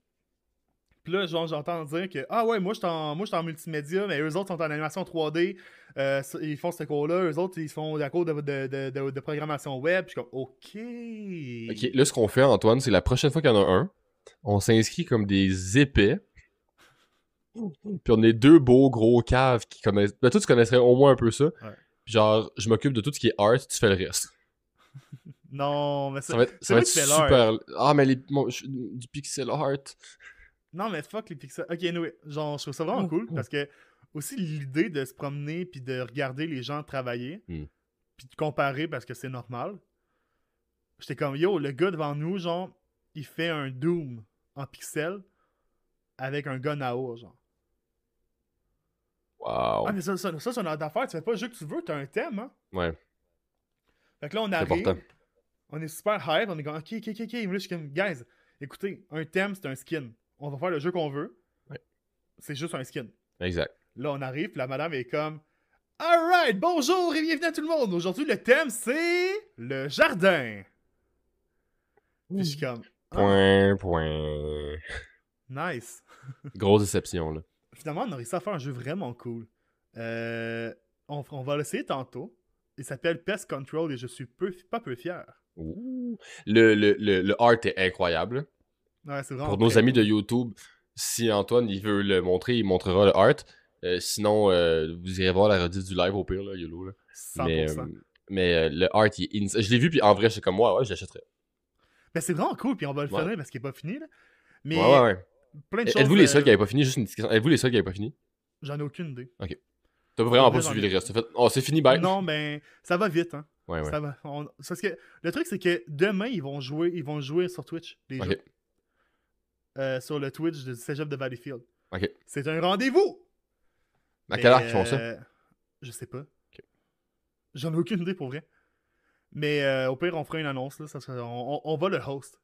Speaker 2: Puis là, genre, j'entends dire que Ah ouais, moi, je suis en, moi, je suis en multimédia, mais eux autres sont en animation 3D. euh, ça- ils font ce cours-là. Eux autres, ils font la cours de, de- de- de- de programmation web. Puis je suis comme OK.
Speaker 1: Ok, là, ce qu'on fait, Antoine, c'est la prochaine fois qu'il y en a un, on s'inscrit comme des épais. Puis on est deux beaux gros caves qui connaissent. Ben, toi, tu connaisserais au moins un peu ça. Puis genre, je m'occupe de tout ce qui est art, tu fais le reste.
Speaker 2: Non, mais ça,
Speaker 1: Ça va être,
Speaker 2: c'est
Speaker 1: ça va
Speaker 2: moi
Speaker 1: être
Speaker 2: qui fais l'art.
Speaker 1: super. Ah, mais les, mon- je- du pixel art.
Speaker 2: Non, mais fuck les pixels. Ok, anyway, genre, je trouve ça vraiment cool parce que aussi l'idée de se promener puis de regarder les gens travailler
Speaker 1: Hmm.
Speaker 2: puis de comparer parce que c'est normal. J'étais comme yo, le gars devant nous, genre, il fait un Doom en pixels avec un gun à eau, genre.
Speaker 1: Wow.
Speaker 2: Ah, mais ça, ça, ça c'est une autre affaire. Tu fais pas le jeu que tu veux, t'as un thème, hein.
Speaker 1: Ouais,
Speaker 2: Fait que là, on
Speaker 1: c'est
Speaker 2: arrive.
Speaker 1: important.
Speaker 2: On est super hype, on est comme ok, ok, ok, ok. Mais là, je suis comme, guys, écoutez, un thème, c'est un skin. On va faire le jeu qu'on veut.
Speaker 1: Ouais.
Speaker 2: C'est juste un skin.
Speaker 1: Exact.
Speaker 2: Là, on arrive, puis la madame est comme Alright, bonjour et bienvenue à tout le monde. Aujourd'hui, le thème, c'est le jardin. Puis je suis comme Ah,
Speaker 1: Point, point.
Speaker 2: Nice.
Speaker 1: Grosse déception, là.
Speaker 2: Finalement, on a réussi à faire un jeu vraiment cool. Euh, on, on va l'essayer tantôt. Il s'appelle Pest Control et je suis peu, pas peu fier.
Speaker 1: Ouh. Le, le, le, le art est incroyable.
Speaker 2: Ouais, c'est vraiment
Speaker 1: Pour nos
Speaker 2: très
Speaker 1: amis
Speaker 2: cool.
Speaker 1: de YouTube, si Antoine il veut le montrer, il montrera le art. Euh, sinon, euh, vous irez voir la rediff du live au pire, là, YOLO. Là.
Speaker 2: 100%.
Speaker 1: Mais,
Speaker 2: Mais,
Speaker 1: euh, mais euh, le art, il est ins- Je l'ai vu, puis en vrai, c'est comme moi, ouais, je l'achèterais.
Speaker 2: c'est vraiment cool, puis on va le
Speaker 1: Ouais.
Speaker 2: finir parce qu'il n'est pas fini. Là. Mais
Speaker 1: Ouais, ouais, ouais.
Speaker 2: plein de choses.
Speaker 1: Êtes-vous les
Speaker 2: euh,
Speaker 1: seuls qui n'avaient pas fini Juste une petite question. Êtes-vous les seuls qui n'avaient pas fini
Speaker 2: J'en ai aucune idée.
Speaker 1: T'as vraiment
Speaker 2: vrai,
Speaker 1: pas
Speaker 2: j'en
Speaker 1: suivi
Speaker 2: ai-
Speaker 1: le reste. T'as fait, oh, c'est fini, bye.
Speaker 2: Non, mais ça va vite, hein.
Speaker 1: Ouais, ouais.
Speaker 2: Ça va. on- c'est Parce que le truc, c'est que demain, ils vont jouer, ils vont jouer sur Twitch, les
Speaker 1: Ok.
Speaker 2: jeux. Euh, sur le Twitch de Cégep de Valleyfield.
Speaker 1: Ok.
Speaker 2: C'est un rendez-vous!
Speaker 1: À
Speaker 2: Mais,
Speaker 1: quelle heure ils font ça
Speaker 2: euh, Je sais pas. J'en ai aucune idée pour vrai. Mais euh, au pire, on fera une annonce, là. ça sera- on, on- on va le host.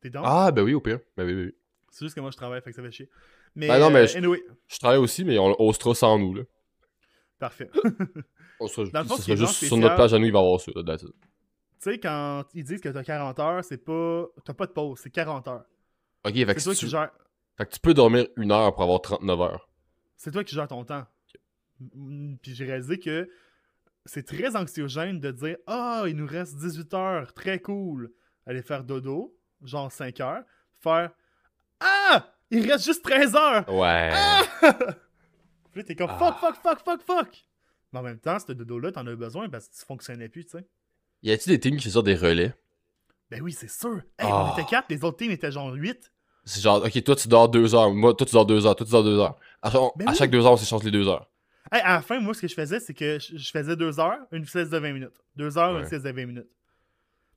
Speaker 2: T'es dans?
Speaker 1: Ah, ben oui, au pire. Ben oui, ben oui.
Speaker 2: C'est juste que moi, je travaille, fait que ça fait chier. Mais,
Speaker 1: Ah non, mais
Speaker 2: euh,
Speaker 1: je-
Speaker 2: anyway,
Speaker 1: Je travaille aussi, mais on osera sans nous, là.
Speaker 2: parfait. [LAUGHS]
Speaker 1: On sera,
Speaker 2: Dans le fond,
Speaker 1: ça
Speaker 2: ce qui est
Speaker 1: sera juste
Speaker 2: vraiment
Speaker 1: sur notre
Speaker 2: spécial-
Speaker 1: page à nous, il va y avoir ça, là, that's it.
Speaker 2: tu sais, quand ils disent que t'as 40 heures, c'est pas. T'as pas de pause, c'est 40 heures.
Speaker 1: Ok, Eh, fait que,
Speaker 2: C'est
Speaker 1: si
Speaker 2: toi
Speaker 1: tu...
Speaker 2: qui gères.
Speaker 1: fait que tu peux dormir une heure pour avoir 39 heures.
Speaker 2: c'est toi qui gères ton temps. Mm, Puis j'ai réalisé que c'est très anxiogène de dire Ah, il nous reste 18 heures, très cool. Aller faire dodo, genre 5 heures. Faire Ah, il reste juste 13 heures.
Speaker 1: Ouais.
Speaker 2: Ah! Puis là, t'es comme Fuck,
Speaker 1: Ah.
Speaker 2: fuck, fuck, fuck, fuck. Mais en même temps, ce dodo-là, t'en as besoin parce que tu fonctionnais plus, tu sais.
Speaker 1: Y a-t-il des teams qui sortent des relais
Speaker 2: Ben oui, c'est sûr. Hey,
Speaker 1: Ah.
Speaker 2: On était 4, les autres teams étaient genre 8.
Speaker 1: C'est genre, ok, toi tu dors deux heures, moi, toi tu dors deux heures, toi tu dors deux heures. À, chaque-
Speaker 2: Ben
Speaker 1: à
Speaker 2: oui.
Speaker 1: chaque deux heures, on s'échange les deux heures.
Speaker 2: Hey, à la fin, moi, ce que je faisais, c'est que je je faisais deux heures, une sieste de 20 minutes. Deux heures, une
Speaker 1: Ouais.
Speaker 2: sieste de 20 minutes.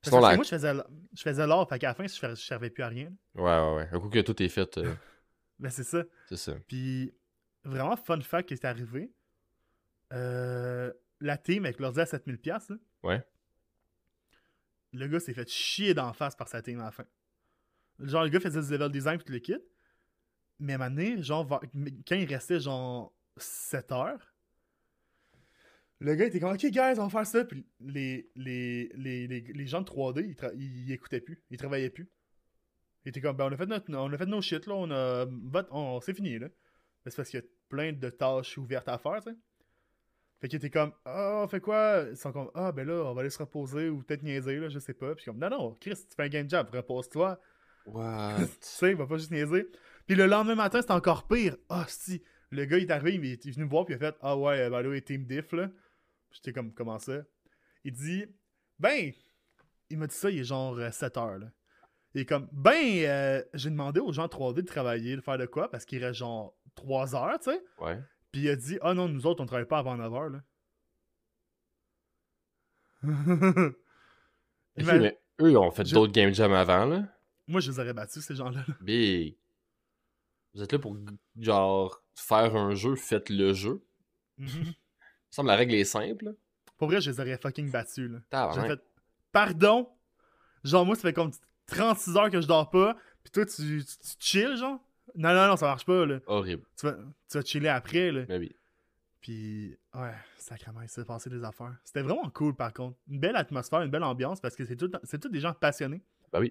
Speaker 2: Parce
Speaker 1: Sinon,
Speaker 2: que
Speaker 1: la-
Speaker 2: moi, je faisais, l- je faisais l'or, fait qu'à la fin, je ne servais plus à rien.
Speaker 1: Ouais, ouais, ouais. Un coup que tout est fait,
Speaker 2: [LAUGHS]
Speaker 1: euh,
Speaker 2: Ben, c'est ça.
Speaker 1: c'est ça.
Speaker 2: Puis, vraiment, fun fact qui est arrivé. euh, la team avec l'ordi à 7000$, piastres, là,
Speaker 1: Ouais.
Speaker 2: le gars s'est fait chier d'en face par sa team à la fin. Genre, le gars faisait du level design puis tout le kit. Mais à un moment donné, genre, vers- quand il restait genre 7 heures, le gars était comme Ok, guys, on va faire ça. Puis les, les, les, les, les gens de 3D, ils, tra- ils écoutaient plus, ils travaillaient plus. Ils étaient comme Ben, on a fait, notre, on a fait nos shit là, on a. vote- on, c'est fini là. Mais c'est parce qu'il y a plein de tâches ouvertes à faire, tu sais. Fait qu'il était comme Ah, on fait quoi Ils sont comme Ah, ben là, on va aller se reposer ou peut-être niaiser, là, je sais pas. Puis comme Non, non, Chris, tu fais un game job, repose-toi.
Speaker 1: What
Speaker 2: tu sais, il va pas juste niaiser. Puis le lendemain matin, c'était encore pire. Ah, si, le gars, il est arrivé, il est- il est venu me voir, puis il a fait Ah, ouais, ben là, il est team diff, là. J'étais comme Comment ça Il dit Ben, il m'a dit ça, il est genre 7 heures, là. Il est comme Ben, euh, j'ai demandé aux gens 3D de travailler, de faire de quoi, parce qu'il reste genre 3 heures, tu sais.
Speaker 1: [LAUGHS] Ouais.
Speaker 2: Puis il a dit Ah non, nous autres, on travaille pas avant 9 [LAUGHS] heures, là.
Speaker 1: Ok,
Speaker 2: Mais-
Speaker 1: mais eux, on fait
Speaker 2: ben, Je-
Speaker 1: d'autres game jam avant, là.
Speaker 2: [LAUGHS] Moi, je les aurais battus, ces gens-là. là.
Speaker 1: Big. Vous êtes là pour, genre, faire un jeu, faites le jeu.
Speaker 2: [LAUGHS] Mhm.
Speaker 1: Il semble la règle est simple.
Speaker 2: Pour vrai, je les aurais fucking battus, là. J'ai
Speaker 1: Tabarnak.
Speaker 2: fait Pardon? Genre, moi, ça fait comme 36 heures que je dors pas, puis toi, tu, tu, tu chill, genre? Non, non, non, ça marche pas, là.
Speaker 1: Horrible.
Speaker 2: Tu vas, tu vas chiller après, là.
Speaker 1: Mais oui.
Speaker 2: Puis, ouais, sacrément, il s'est passé des affaires. C'était vraiment cool, par contre. Une belle atmosphère, une belle ambiance, parce que c'est tout, c'est tout des gens passionnés.
Speaker 1: Tu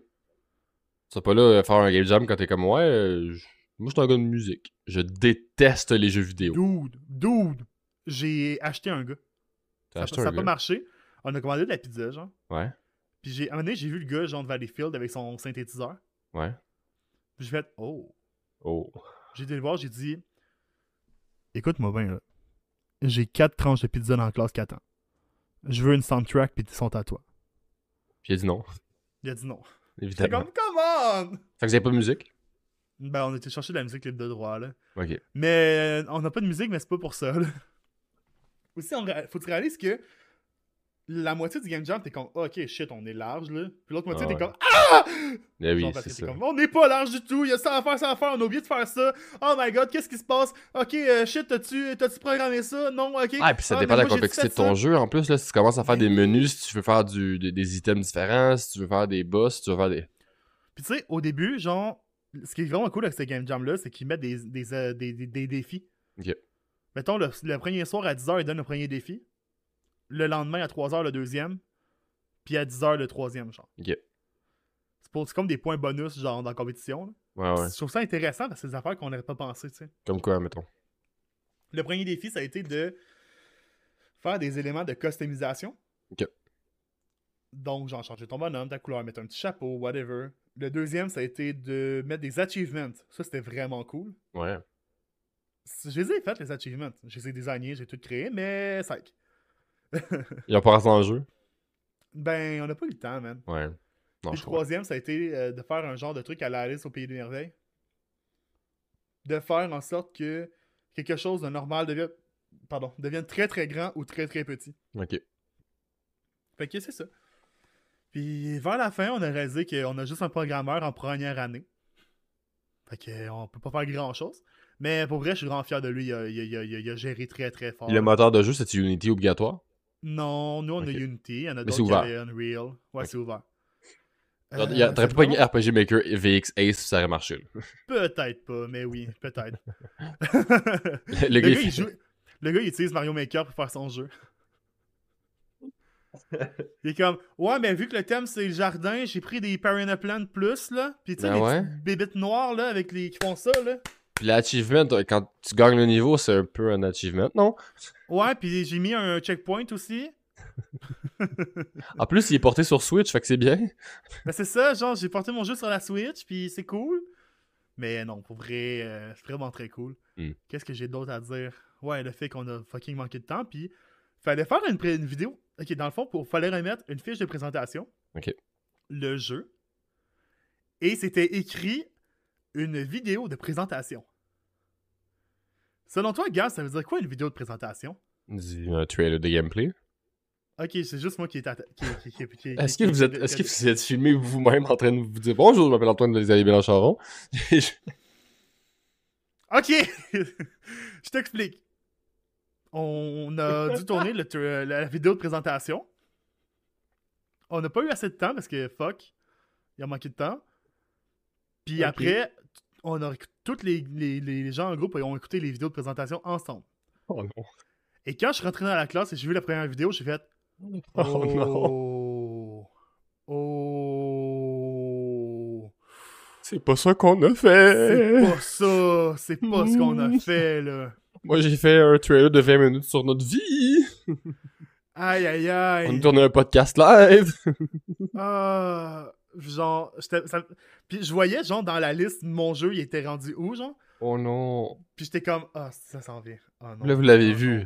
Speaker 1: vas pas là euh, faire un game jam quand t'es comme ouais. euh, je- Moi, je suis un gars de musique. Je déteste les jeux vidéo.
Speaker 2: Dude, dude, j'ai acheté un gars.
Speaker 1: T'as acheté
Speaker 2: ça
Speaker 1: un
Speaker 2: n'a pas
Speaker 1: gars?
Speaker 2: marché. On a commandé de la pizza, genre.
Speaker 1: Ouais.
Speaker 2: Puis, j'ai, à un moment donné, j'ai vu le gars, genre, de Valleyfield avec son synthétiseur.
Speaker 1: Ouais.
Speaker 2: Puis, j'ai fait, oh.
Speaker 1: Oh.
Speaker 2: J'ai été le voir, j'ai dit Écoute-moi bien, là. J'ai quatre tranches de pizza dans la classe 4 ans. Je veux une soundtrack, puis ils sont à toi.
Speaker 1: Puis il a dit non, [LAUGHS]
Speaker 2: Il a dit non. J'étais
Speaker 1: évidemment.
Speaker 2: comme Come on
Speaker 1: Fait que vous avez pas de musique?
Speaker 2: Ben, on était chercher de la musique libre de droit, là.
Speaker 1: Ok.
Speaker 2: Mais euh, on n'a pas de musique, mais c'est pas pour ça, là. [LAUGHS] Aussi, on ré- faut que tu réalises que la moitié du game jam, t'es comme Ah, Ok, shit, on est large, là. Puis l'autre moitié,
Speaker 1: Ah
Speaker 2: t'es
Speaker 1: ouais.
Speaker 2: comme
Speaker 1: Mais Ben oui,
Speaker 2: Genre, parce
Speaker 1: c'est
Speaker 2: que t'es
Speaker 1: ça.
Speaker 2: comme, on n'est pas large du tout, il y a ça à faire, ça à faire, on a oublié de faire ça. Oh my god, qu'est-ce qui se passe? Ok, euh, shit, t'as-tu t'as-tu programmé ça? Non, ok.
Speaker 1: Ah, et puis ça dépend
Speaker 2: Ah, mais
Speaker 1: de la
Speaker 2: moi, j'ai
Speaker 1: complexité
Speaker 2: fait
Speaker 1: de ton
Speaker 2: ça. Ben
Speaker 1: jeu. En plus, là, si tu commences à faire des
Speaker 2: Mais
Speaker 1: menus, si tu veux faire du, des, des items différents, si tu veux faire des boss, si tu veux faire des.
Speaker 2: Puis tu sais, au début, genre, ce qui est vraiment cool avec ce game jam-là, c'est qu'ils mettent des, des, euh, des, des- des défis.
Speaker 1: Ok.
Speaker 2: Mettons, le, le premier soir à 10h, ils donnent le premier défi. Le lendemain, à 3h, le deuxième. Puis à 10h, le troisième, genre.
Speaker 1: Ok.
Speaker 2: C'est pour- c'est comme des points bonus, genre, dans la compétition. là.
Speaker 1: Ah Ouais, ouais.
Speaker 2: Je trouve ça intéressant parce que c'est des affaires qu'on n'aurait pas pensé, tu sais.
Speaker 1: Comme quoi, mettons.
Speaker 2: Le premier défi, ça a été de faire des éléments de customisation.
Speaker 1: Ok.
Speaker 2: Donc, genre changer ton bonhomme, ta couleur, mettre un petit chapeau, whatever. Le deuxième, ça a été de mettre des achievements. Ça, c'était vraiment cool.
Speaker 1: Ouais.
Speaker 2: Je les ai faites, les achievements. Je les ai designés, j'ai tout créé, mais sec.
Speaker 1: Il a pas resté en jeu.
Speaker 2: Ben, on n'a pas eu le temps, man.
Speaker 1: Ouais. Non,
Speaker 2: Puis
Speaker 1: je
Speaker 2: le
Speaker 1: crois.
Speaker 2: troisième, ça a été euh, de faire un genre de truc à la Alice au Pays des Merveilles. De faire en sorte que quelque chose de normal devienne, pardon, devienne très très grand ou très très petit.
Speaker 1: Ok.
Speaker 2: Fait que c'est ça. Puis vers la fin, on a réalisé qu'on a juste un programmeur en première année. Fait que euh, on peut pas faire grand chose. Mais pour vrai, je suis vraiment fier de lui. Il a, il a- il a- il a- il a géré très très fort.
Speaker 1: Le moteur de jeu, c'est Unity obligatoire
Speaker 2: Non, nous on
Speaker 1: Ok.
Speaker 2: a Unity, il y en a
Speaker 1: Mais c'est
Speaker 2: d'autres qui
Speaker 1: ouvert.
Speaker 2: avaient Unreal. Ouais,
Speaker 1: Ok.
Speaker 2: c'est ouvert.
Speaker 1: Genre, il y
Speaker 2: Euh,
Speaker 1: a- T'aurais
Speaker 2: c'est
Speaker 1: pas
Speaker 2: vraiment-
Speaker 1: gagné RPG Maker VX Ace, ça aurait marché.
Speaker 2: [LAUGHS]
Speaker 1: là.
Speaker 2: Peut-être pas, mais oui,
Speaker 1: [LAUGHS]
Speaker 2: peut-être.
Speaker 1: Le, gars,
Speaker 2: le,
Speaker 1: il
Speaker 2: gars, il
Speaker 1: fait-
Speaker 2: joue- le gars, il utilise Mario Maker pour faire son jeu. il est comme, ouais, mais vu que le thème c'est le jardin, j'ai pris des Piranha Plant Plus, là. Puis tu sais,
Speaker 1: Ben
Speaker 2: les
Speaker 1: ouais.
Speaker 2: petites bébites noires, là, avec les qui font ça, là.
Speaker 1: Puis l'achievement, euh, quand tu gagnes le niveau, c'est un peu un achievement, non?
Speaker 2: Ouais, puis j'ai mis un checkpoint aussi.
Speaker 1: En plus, il est porté sur Switch, fait que c'est bien.
Speaker 2: Ben c'est ça, genre, j'ai porté mon jeu sur la Switch, puis c'est cool. Mais non, pour vrai, euh, c'est vraiment très cool.
Speaker 1: Hmm.
Speaker 2: Qu'est-ce que j'ai d'autre à dire? Ouais, le fait qu'on a fucking manqué de temps, puis fallait faire une, pré- une vidéo. Ok, dans le fond, pour fallait remettre une fiche de présentation.
Speaker 1: Ok.
Speaker 2: Le jeu. Et c'était écrit une vidéo de présentation. Selon toi, Gab, ça veut dire quoi une vidéo de présentation?
Speaker 1: Du un trailer de gameplay.
Speaker 2: Ok, c'est juste moi qui est. atta- qui- qui- qui- qui- qui-
Speaker 1: Est-ce que
Speaker 2: qui-
Speaker 1: vous êtes, est-ce que vous êtes filmé vous-même en train de vous dire bonjour, je m'appelle Antoine Xavier [LAUGHS] Mélencharon?
Speaker 2: Ok, [LAUGHS] je t'explique.
Speaker 1: [LAUGHS]
Speaker 2: On a dû tourner le tra- la vidéo de présentation. On n'a pas eu assez de temps parce que fuck, il a manqué de temps. Puis
Speaker 1: Ok.
Speaker 2: après, on a tous les, les- les gens en groupe ont écouté les vidéos de présentation ensemble.
Speaker 1: Oh non.
Speaker 2: Et quand je suis rentré dans la classe et j'ai vu la première vidéo, j'ai fait
Speaker 1: Oh non.
Speaker 2: Oh, oh.
Speaker 1: C'est pas ça qu'on a
Speaker 2: C'est
Speaker 1: fait!
Speaker 2: pas ça, c'est pas ce qu'on
Speaker 1: [LAUGHS]
Speaker 2: a fait là.
Speaker 1: Moi, j'ai fait un trailer de 20 minutes sur notre vie!
Speaker 2: Aïe aïe aïe.
Speaker 1: On a tourné un podcast live!
Speaker 2: Ah, genre, j'étais- ça- puis je voyais, genre, dans la liste, mon jeu, il était rendu où, genre?
Speaker 1: Oh non.
Speaker 2: Puis j'étais comme, ah, ça s'en vient. Ah non.
Speaker 1: Là, vous l'avez
Speaker 2: Ah
Speaker 1: vu.
Speaker 2: non.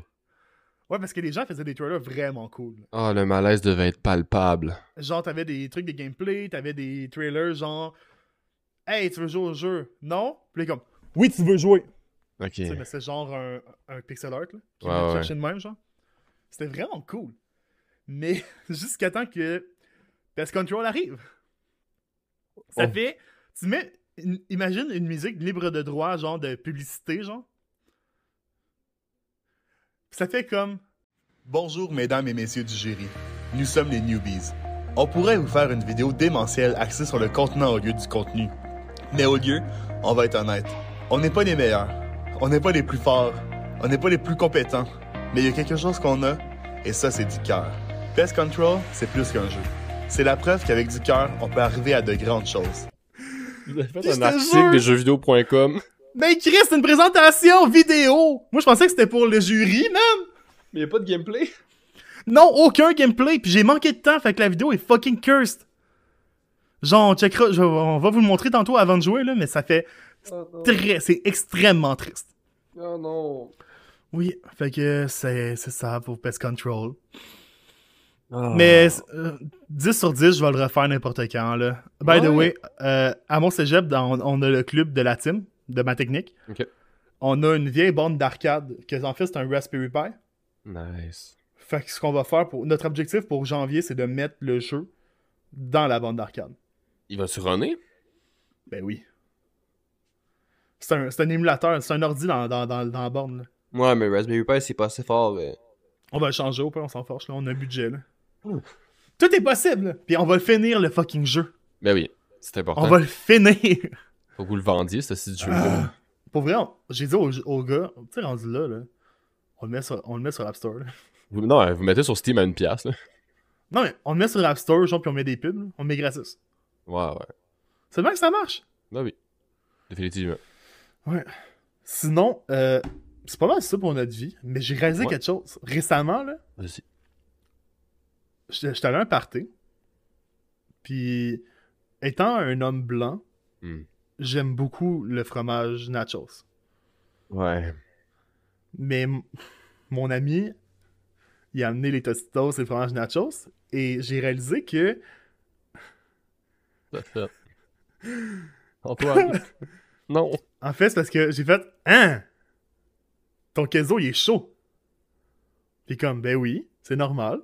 Speaker 2: Ouais, parce que les gens faisaient des trailers vraiment cool.
Speaker 1: Ah, le malaise devait être palpable.
Speaker 2: Genre, t'avais des trucs de gameplay, t'avais des trailers, genre, hey, tu veux jouer au jeu? Non? Puis là, comme, oui, tu veux jouer.
Speaker 1: Ok.
Speaker 2: Tu sais, mais c'est genre un, un pixel art, là, qui
Speaker 1: Ouais,
Speaker 2: venait
Speaker 1: ouais.
Speaker 2: chercher de même, genre. C'était vraiment cool. Mais [LAUGHS] jusqu'à temps que Pest Control arrive. Ça
Speaker 1: Oh.
Speaker 2: fait... Tu mets... une- imagine une musique libre de droit, genre de publicité, genre. Ça fait comme... Bonjour, mesdames et messieurs du jury. Nous sommes les newbies. On pourrait vous faire une vidéo démentielle axée sur le contenant au lieu du contenu. Mais au lieu, on va être honnête. On n'est pas les meilleurs. On n'est pas les plus forts. On n'est pas les plus compétents. Mais il y a quelque chose qu'on a, et ça, c'est du cœur. Pest Control, c'est plus qu'un jeu. C'est la preuve qu'avec du cœur, on peut arriver à de grandes choses.
Speaker 1: Vous avez fait
Speaker 2: Puis je
Speaker 1: un
Speaker 2: te
Speaker 1: article
Speaker 2: jure.
Speaker 1: de jeuxvideo.com.
Speaker 2: Ben Chris, c'est une présentation vidéo! Moi, je pensais que c'était pour le jury, man!
Speaker 1: Mais y a pas de gameplay.
Speaker 2: Non, aucun gameplay, puis j'ai manqué de temps, fait que la vidéo est fucking cursed. Genre, on checkera, je- on va vous le montrer tantôt avant de jouer, là, mais ça fait
Speaker 1: Oh non.
Speaker 2: très, c'est extrêmement triste.
Speaker 1: Oh non.
Speaker 2: Oui, fait que c'est c'est ça pour Pest Control.
Speaker 1: Ah,
Speaker 2: Mais euh, 10 sur 10, je vais le refaire n'importe quand. Là. By the
Speaker 1: Ouais.
Speaker 2: way, euh, à mon cégep, dans- on a le club de la team, de ma technique.
Speaker 1: Ok.
Speaker 2: On a une vieille borne d'arcade que en fait c'est un Raspberry Pi.
Speaker 1: Nice.
Speaker 2: Fait que ce qu'on va faire pour notre objectif pour janvier, c'est de mettre le jeu dans la borne d'arcade.
Speaker 1: Il va se runner?
Speaker 2: Ben oui. C'est un, c'est un émulateur, c'est un ordi dans, dans, dans, dans la borne. là.
Speaker 1: Ouais, mais Raspberry Pi, c'est pas assez fort. mais-
Speaker 2: On va le changer au pire, on s'en forge là, on a un budget là.
Speaker 1: Ouh.
Speaker 2: Tout est possible. là. Puis on va le finir le fucking jeu.
Speaker 1: Ben oui, c'est important.
Speaker 2: On va le finir.
Speaker 1: Faut que vous le vendiez, ce site jeu
Speaker 2: Ah. Pour vrai, on- j'ai dit au, au gars, tu sais, rendu là, là, on le met sur, on le met sur l'App Store. là. [LAUGHS]
Speaker 1: Vous... Non, hein, vous mettez sur Steam à une pièce, là.
Speaker 2: Non, mais on le met sur l'App Store, genre, puis on met des pubs, là. on le met gratis.
Speaker 1: Ouais, ouais. Ah
Speaker 2: C'est bien que ça marche.
Speaker 1: Ben oui. Définitivement.
Speaker 2: Sinon, euh, c'est pas mal ça pour notre vie. Mais j'ai réalisé
Speaker 1: Ouais.
Speaker 2: quelque chose. Récemment, là,
Speaker 1: Vas-y.
Speaker 2: j'étais j'étais allé à un party. Puis, étant un homme blanc,
Speaker 1: Hmm.
Speaker 2: j'aime beaucoup le fromage nachos.
Speaker 1: Ouais.
Speaker 2: Mais m- mon ami, il a amené les Tostitos et le fromage nachos. Et j'ai réalisé que
Speaker 1: Ça fait. [LAUGHS] Antoine. non.
Speaker 2: En fait, c'est parce que j'ai fait Hein Ton queso, il est chaud. Puis comme, ben oui, c'est normal.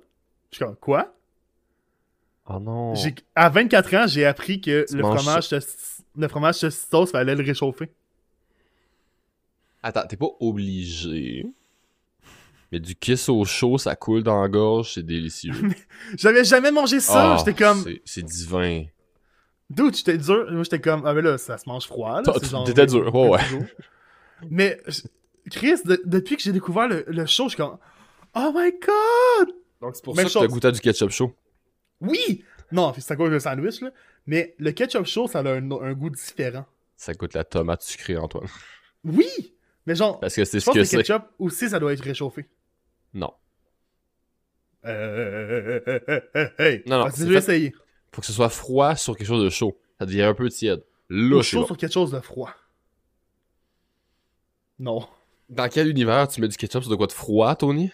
Speaker 2: Je suis comme, quoi
Speaker 1: Oh non.
Speaker 2: J'ai- À 24 ans, j'ai appris que
Speaker 1: Tu
Speaker 2: le
Speaker 1: manges
Speaker 2: fromage, tosti- le fromage sauce fallait le réchauffer.
Speaker 1: Attends, t'es pas obligé. Mais du kiss au chaud, ça coule dans la gorge, c'est
Speaker 2: [LAUGHS]
Speaker 1: délicieux.
Speaker 2: J'avais jamais mangé ça.
Speaker 1: Ah,
Speaker 2: j'étais comme,
Speaker 1: c'est- C'est divin.
Speaker 2: dude, j'étais dur. Moi, j'étais comme, ah, mais là, ça se mange froid. Ah, là,
Speaker 1: T'as-
Speaker 2: c'est genre-
Speaker 1: T'étais dur, ouais, ouais.
Speaker 2: Mais, je- Chris, de- depuis que j'ai découvert le, le chaud, je suis comme, oh my god
Speaker 1: Donc c'est pour
Speaker 2: Même
Speaker 1: ça que t'as
Speaker 2: chose.
Speaker 1: goûté à du ketchup chaud.
Speaker 2: Oui! Non, c'est à cause du sandwich, là. Mais le ketchup chaud, ça a un, un goût différent.
Speaker 1: Ça goûte la tomate sucrée, Antoine.
Speaker 2: Oui! Mais genre,
Speaker 1: Parce que c'est ce
Speaker 2: je pense que
Speaker 1: que c'est.
Speaker 2: le ketchup aussi, ça doit être réchauffé.
Speaker 1: Non.
Speaker 2: Euh, euh, euh, euh, hey.
Speaker 1: Non, non,
Speaker 2: Parce que
Speaker 1: c'est
Speaker 2: je vais
Speaker 1: fait
Speaker 2: essayer.
Speaker 1: Faut que ce soit froid sur quelque chose de chaud. Ça devient un peu tiède. Là,
Speaker 2: Ou
Speaker 1: c'est
Speaker 2: chaud
Speaker 1: bon.
Speaker 2: sur quelque chose de froid. Non.
Speaker 1: Dans quel univers tu mets du ketchup sur de quoi de froid, Tony?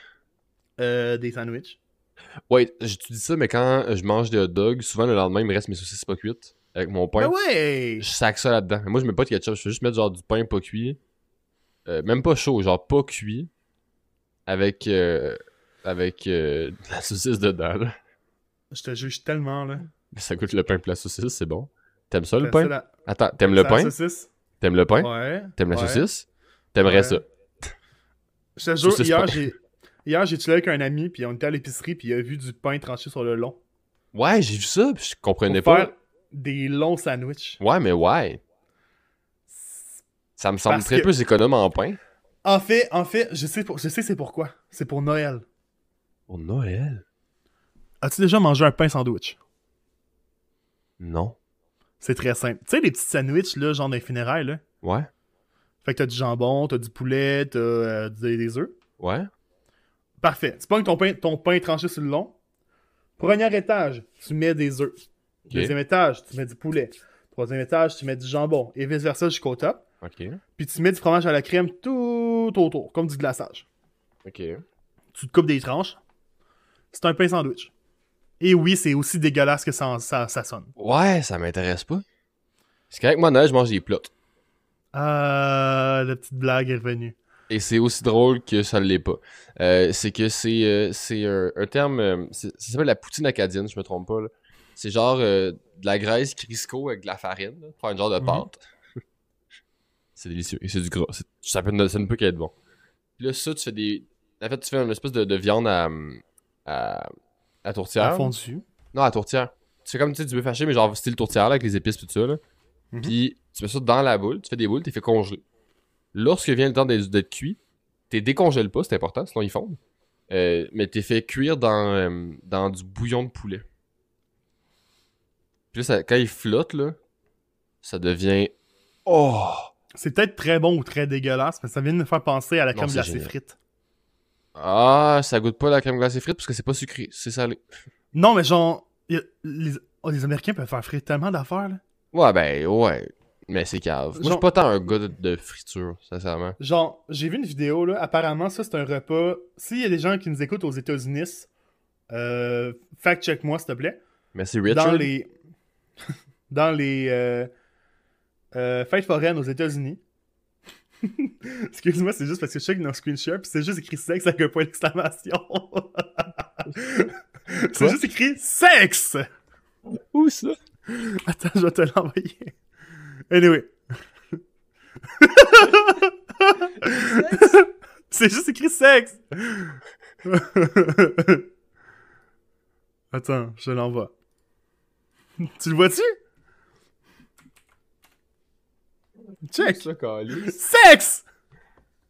Speaker 2: Euh, des sandwichs.
Speaker 1: Ouais, je- tu dis ça, mais quand euh, je mange des hot dogs, souvent le lendemain, il me reste mes saucisses pas cuites avec mon pain.
Speaker 2: Ben ouais!
Speaker 1: Je sac ça là-dedans. Mais Moi, je mets pas de ketchup. Je fais juste mettre genre du pain pas cuit. Euh, même pas chaud, genre pas cuit. Avec, euh, avec euh, de la saucisse dedans. là.
Speaker 2: Je te juge tellement, là.
Speaker 1: Mais ça goûte le pain pis la saucisse, c'est bon. T'aimes ça le
Speaker 2: T'as ça,
Speaker 1: pain?
Speaker 2: Ben, la-
Speaker 1: Attends, t'aimes le
Speaker 2: ça, la
Speaker 1: pain?
Speaker 2: saucisse?
Speaker 1: T'aimes le pain?
Speaker 2: Ouais.
Speaker 1: T'aimes la
Speaker 2: ouais.
Speaker 1: saucisse? T'aimerais
Speaker 2: Ouais.
Speaker 1: ça?
Speaker 2: Je te jure,
Speaker 1: Saucisse
Speaker 2: hier,
Speaker 1: pain.
Speaker 2: j'ai... Hier, j'ai chillé avec un ami, puis on était à l'épicerie, puis il a vu du pain tranché sur le long.
Speaker 1: Ouais, j'ai vu ça, pis je
Speaker 2: Pour
Speaker 1: comprenais
Speaker 2: faire
Speaker 1: pas.
Speaker 2: des longs sandwichs.
Speaker 1: Ouais, mais ouais. Ça me semble
Speaker 2: Parce
Speaker 1: très
Speaker 2: que-
Speaker 1: peu économe en pain.
Speaker 2: En fait, en fait, je sais, pour- je sais c'est pourquoi. C'est pour Noël.
Speaker 1: Pour Noël?
Speaker 2: As-tu déjà mangé un pain sandwich?
Speaker 1: Non.
Speaker 2: C'est très simple. Tu sais, les petits sandwichs, là, genre des funérailles, là.
Speaker 1: Ouais?
Speaker 2: Fait que t'as du jambon, t'as du poulet, t'as euh, des, des œufs.
Speaker 1: Ouais?
Speaker 2: Parfait. Tu pognes ton pain, ton pain tranché sur le long. Premier étage, tu mets des œufs.
Speaker 1: Ok.
Speaker 2: Deuxième étage, tu mets du poulet. Troisième étage, tu mets du jambon. Et vice-versa jusqu'au top.
Speaker 1: Ok.
Speaker 2: Puis tu mets du fromage à la crème tout autour, comme du glaçage.
Speaker 1: Ok.
Speaker 2: Tu te coupes des tranches. C'est un pain sandwich. Et oui, c'est aussi dégueulasse que ça, ça, ça sonne.
Speaker 1: Ouais, ça m'intéresse pas. C'est correct, moi, à Noël, je mange des plots.
Speaker 2: Ah, la petite blague est revenue.
Speaker 1: Et c'est aussi drôle que ça l'est pas. Euh, c'est que c'est euh, c'est un, un terme. euh, c'est- ça s'appelle la poutine acadienne, je me trompe pas. là. C'est genre euh, de la graisse Crisco avec de la farine. là, pour faire un genre de
Speaker 2: Mhm.
Speaker 1: pâte. [LAUGHS] c'est délicieux. Et c'est du gras. C'est- Ça, peut- ça ne peut qu'être bon. Puis là, ça, tu fais des. En fait, tu fais une espèce de, de viande à, à, à tourtière.
Speaker 2: La fondue.
Speaker 1: Non, à tourtière. Tu fais comme tu sais, du bœuf haché, mais genre style tourtière là, avec les épices et tout ça. Là.
Speaker 2: Mhm.
Speaker 1: Puis tu mets ça dans la boule, tu fais des boules, tu les fais congeler. Lorsque vient le temps d'être d'être cuit, tu les décongèles pas, c'est important, sinon ils fondent. Euh, mais tu les fais cuire dans, euh, dans du bouillon de poulet. Puis là, ça- quand ils flottent, là, ça devient. Oh!
Speaker 2: C'est peut-être très bon ou très dégueulasse, mais ça vient de me faire penser à la
Speaker 1: Non,
Speaker 2: crème
Speaker 1: c'est
Speaker 2: glacée
Speaker 1: génial.
Speaker 2: frite.
Speaker 1: Ah, ça goûte pas la crème glacée frite parce que c'est pas sucré, c'est salé.
Speaker 2: Non, mais genre, y a- les, oh, les Américains peuvent faire frire tellement d'affaires, là.
Speaker 1: Ouais, ben, ouais. Mais c'est cave. Moi, je suis
Speaker 2: Genre-
Speaker 1: pas tant un gars de, de friture, sincèrement.
Speaker 2: Genre, j'ai vu une vidéo, là, apparemment, ça, c'est un repas... S'il y a des gens qui nous écoutent aux États-Unis, euh, fact-check-moi, s'il te plaît.
Speaker 1: Merci, Richard.
Speaker 2: Dans les... [LAUGHS] Dans les... euh, euh, fêtes foraines aux États-Unis. [LAUGHS] Excuse-moi, c'est juste parce que je sais qu'il y a un screenshot, puis c'est juste écrit sexe avec un point d'exclamation. [LAUGHS] c'est
Speaker 1: Quoi?
Speaker 2: juste écrit sexe!
Speaker 1: Où ça?
Speaker 2: Attends, je vais te l'envoyer. Anyway. C'est juste écrit sexe. Attends, je l'envoie. Tu le vois-tu? Check.
Speaker 1: ça, Calis?
Speaker 2: Sexe!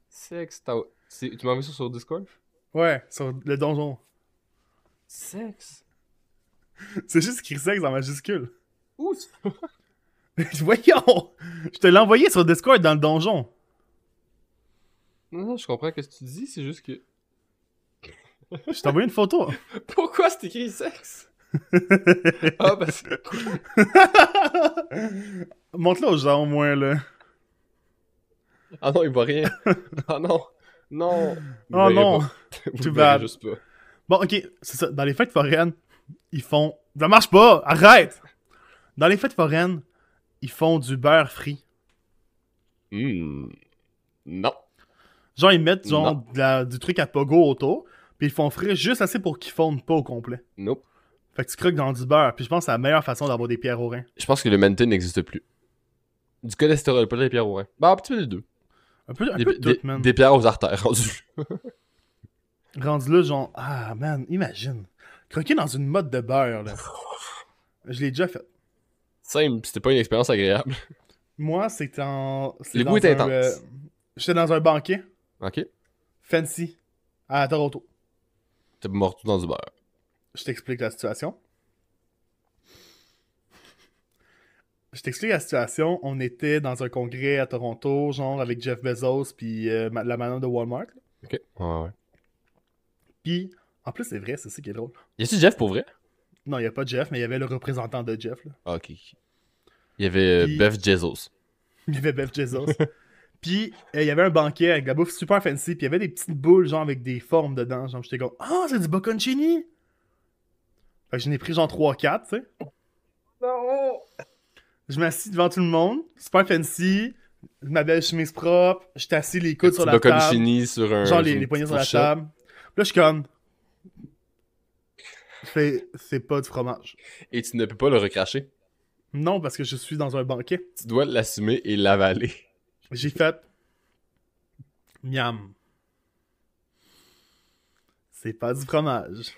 Speaker 1: Sexe, t'as- c'est- Tu m'as mis ça sur Discord?
Speaker 2: Ouais, sur le donjon.
Speaker 1: Sexe?
Speaker 2: C'est juste écrit sexe en majuscule. [LAUGHS]
Speaker 1: Où ça?
Speaker 2: Voyons! Je te l'ai envoyé sur Discord dans le donjon.
Speaker 1: Non, non, je comprends que ce que tu dis, c'est juste que.
Speaker 2: Je t'ai envoyé une photo.
Speaker 1: [LAUGHS] Pourquoi c'est écrit sexe [LAUGHS] Ah, parce que.
Speaker 2: Montre-la aux gens au moins, là.
Speaker 1: Ah non, il voit [LAUGHS] rien. Ah non. Ah Non. Vous
Speaker 2: Oh
Speaker 1: verrez
Speaker 2: non.
Speaker 1: pas. Vous
Speaker 2: Too
Speaker 1: verrez
Speaker 2: bad.
Speaker 1: juste pas.
Speaker 2: Bon, ok, c'est ça. Dans les fêtes foraines, ils font. Ça marche pas! Arrête! Dans les fêtes foraines, ils font du beurre frit.
Speaker 1: Hmm. Non.
Speaker 2: Genre, ils mettent genre,
Speaker 1: Non.
Speaker 2: de la- du truc à pogo autour, puis ils font frire juste assez pour qu'ils fondent pas au complet.
Speaker 1: Nope.
Speaker 2: Fait que tu croques dans du beurre, puis je pense que c'est la meilleure façon d'avoir des pierres au rein.
Speaker 1: Je pense que le Mountain n'existe plus. Du cholestérol, pas des pierres aux reins. Bah, un petit peu les deux.
Speaker 2: Un peu, un
Speaker 1: Des,
Speaker 2: peu de
Speaker 1: des-
Speaker 2: tout, man.
Speaker 1: des pierres aux artères, [LAUGHS] rendu.
Speaker 2: Rendu là, genre, ah man, imagine. Croquer dans une mode de beurre, là. Je l'ai déjà fait.
Speaker 1: Simple, c'était pas une expérience agréable.
Speaker 2: Moi, c'est en. c'est
Speaker 1: Le goût
Speaker 2: dans
Speaker 1: est
Speaker 2: un,
Speaker 1: intense.
Speaker 2: euh, J'étais dans un banquet,
Speaker 1: Ok?
Speaker 2: fancy, à Toronto.
Speaker 1: T'es mort tout dans du beurre.
Speaker 2: Je t'explique la situation. Je t'explique la situation. On était dans un congrès à Toronto, genre avec Jeff Bezos puis euh, ma- la madame de Walmart.
Speaker 1: Ok? Ouais, ouais.
Speaker 2: Puis, en plus, c'est vrai, c'est ça qui est drôle.
Speaker 1: Y a-tu Jeff pour vrai?
Speaker 2: Non, il n'y a pas Jeff, mais il y avait le représentant de Jeff. Là.
Speaker 1: Ah, ok. Il y avait euh,
Speaker 2: Puis-
Speaker 1: Beth Jesus.
Speaker 2: Il y avait Bev Jesus.
Speaker 1: [LAUGHS]
Speaker 2: puis, euh, il y avait un banquet avec de la bouffe super fancy. Puis, il y avait des petites boules, genre, avec des formes dedans. Genre, j'étais comme, ah, c'est du bocconcini! Fait que j'en ai pris, genre, 3-4, tu sais.
Speaker 1: Non!
Speaker 2: Je m'assis devant tout le monde, super fancy. Ma belle chemise propre. J'étais assis les coudes sur la table.
Speaker 1: Bocconcini sur un.
Speaker 2: Genre, les,
Speaker 1: une
Speaker 2: les poignets sur la
Speaker 1: petite
Speaker 2: table. Puis là, je suis comme, c'est c'est pas du fromage.
Speaker 1: fourchette, Et tu ne peux pas le recracher.
Speaker 2: Non, parce que je suis dans un banquet.
Speaker 1: Tu dois l'assumer et l'avaler.
Speaker 2: J'ai fait. Miam. C'est pas du fromage.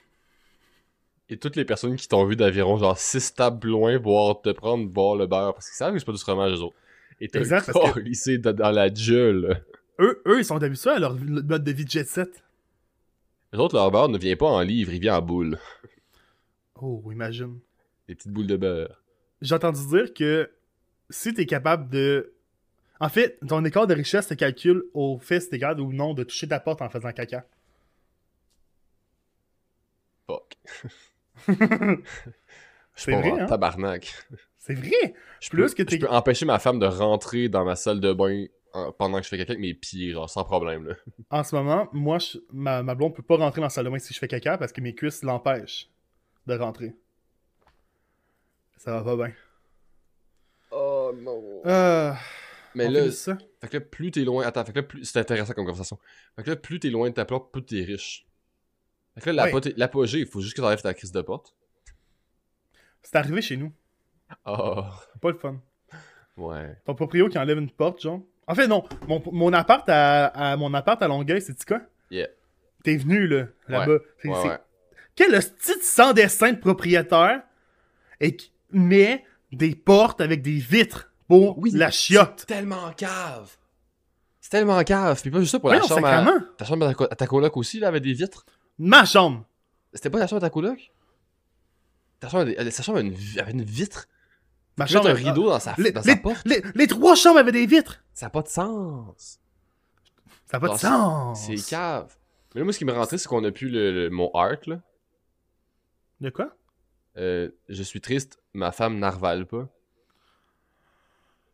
Speaker 1: Et toutes les personnes qui t'ont vu d'environ genre 6 tables loin voir te prendre, boire le beurre, parce qu'ils savent que c'est pas du fromage, eux autres. Et t'as
Speaker 2: Exact, parce que-
Speaker 1: le lycée dans la gueule.
Speaker 2: Eux, eux, ils sont habitués à leur vi- mode de vie de jet set.
Speaker 1: Les autres, leur beurre ne vient pas en livre, il vient en boule.
Speaker 2: Oh, imagine.
Speaker 1: Des petites boules de beurre.
Speaker 2: J'ai entendu dire que si t'es capable de. En fait, ton écart de richesse se calcule au fait si t'es capable ou non de toucher ta porte en faisant [LAUGHS] caca.
Speaker 1: Fuck. Je suis
Speaker 2: C'est
Speaker 1: pas
Speaker 2: vrai,
Speaker 1: en
Speaker 2: hein?
Speaker 1: tabarnak.
Speaker 2: C'est vrai!
Speaker 1: Je peux,
Speaker 2: Plus que
Speaker 1: je
Speaker 2: t'es.
Speaker 1: peux empêcher ma femme de rentrer dans ma salle de bain en- pendant que je fais caca avec mes pieds, genre, sans problème, là.
Speaker 2: En ce moment, moi, je- ma, ma blonde peut pas rentrer dans le salle de bain si je fais caca parce que mes cuisses l'empêchent de rentrer. Ça va pas bien.
Speaker 1: Oh non.
Speaker 2: Ah,
Speaker 1: Mais
Speaker 2: on
Speaker 1: là,
Speaker 2: finit ça?
Speaker 1: Fait que là, plus t'es loin. Attends, fait que là, plus. C'est intéressant comme conversation. Fait que là, plus t'es loin de ta porte, plus t'es riche. Fait que là,
Speaker 2: Ouais.
Speaker 1: l'apoté- l'apogée, il faut juste que t'enlèves ta crise de porte.
Speaker 2: C'est arrivé chez nous.
Speaker 1: Ah,
Speaker 2: Pas le fun.
Speaker 1: Oh. ouais.
Speaker 2: Ton proprio qui enlève une porte, genre. En fait, non. Mon, mon appart à, à- mon appart à Longueuil, c'est Tika.
Speaker 1: Yeah.
Speaker 2: T'es venu, là, là-bas. C'est-
Speaker 1: Ouais,
Speaker 2: c'est-
Speaker 1: ouais.
Speaker 2: Quel hostie de sans dessin de propriétaire et qui met des portes avec des vitres pour
Speaker 1: Oui,
Speaker 2: la chiotte.
Speaker 1: C'est tellement cave. C'est tellement cave. Puis pas juste ça pour
Speaker 2: Ouais,
Speaker 1: la
Speaker 2: non,
Speaker 1: chambre. À...
Speaker 2: sacrément.
Speaker 1: Ta chambre à ta, co- à ta coloc aussi, là, avec des vitres.
Speaker 2: Ma chambre.
Speaker 1: C'était pas la chambre à ta coloc Ta chambre, elle- sa chambre avait une, vi- avait une vitre.
Speaker 2: Ma
Speaker 1: Puis là,
Speaker 2: chambre.
Speaker 1: t'as un rideau dans sa,
Speaker 2: Les-
Speaker 1: dans sa porte.
Speaker 2: Les, les trois chambres avaient des vitres.
Speaker 1: Ça n'a pas de sens.
Speaker 2: Ça n'a pas
Speaker 1: Non,
Speaker 2: de
Speaker 1: c'est-
Speaker 2: sens.
Speaker 1: C'est cave. Mais là, moi, ce qui me rentrait, c'est qu'on a pu le, le- mon art, là.
Speaker 2: De quoi?
Speaker 1: Euh, je suis triste, ma femme narvale pas.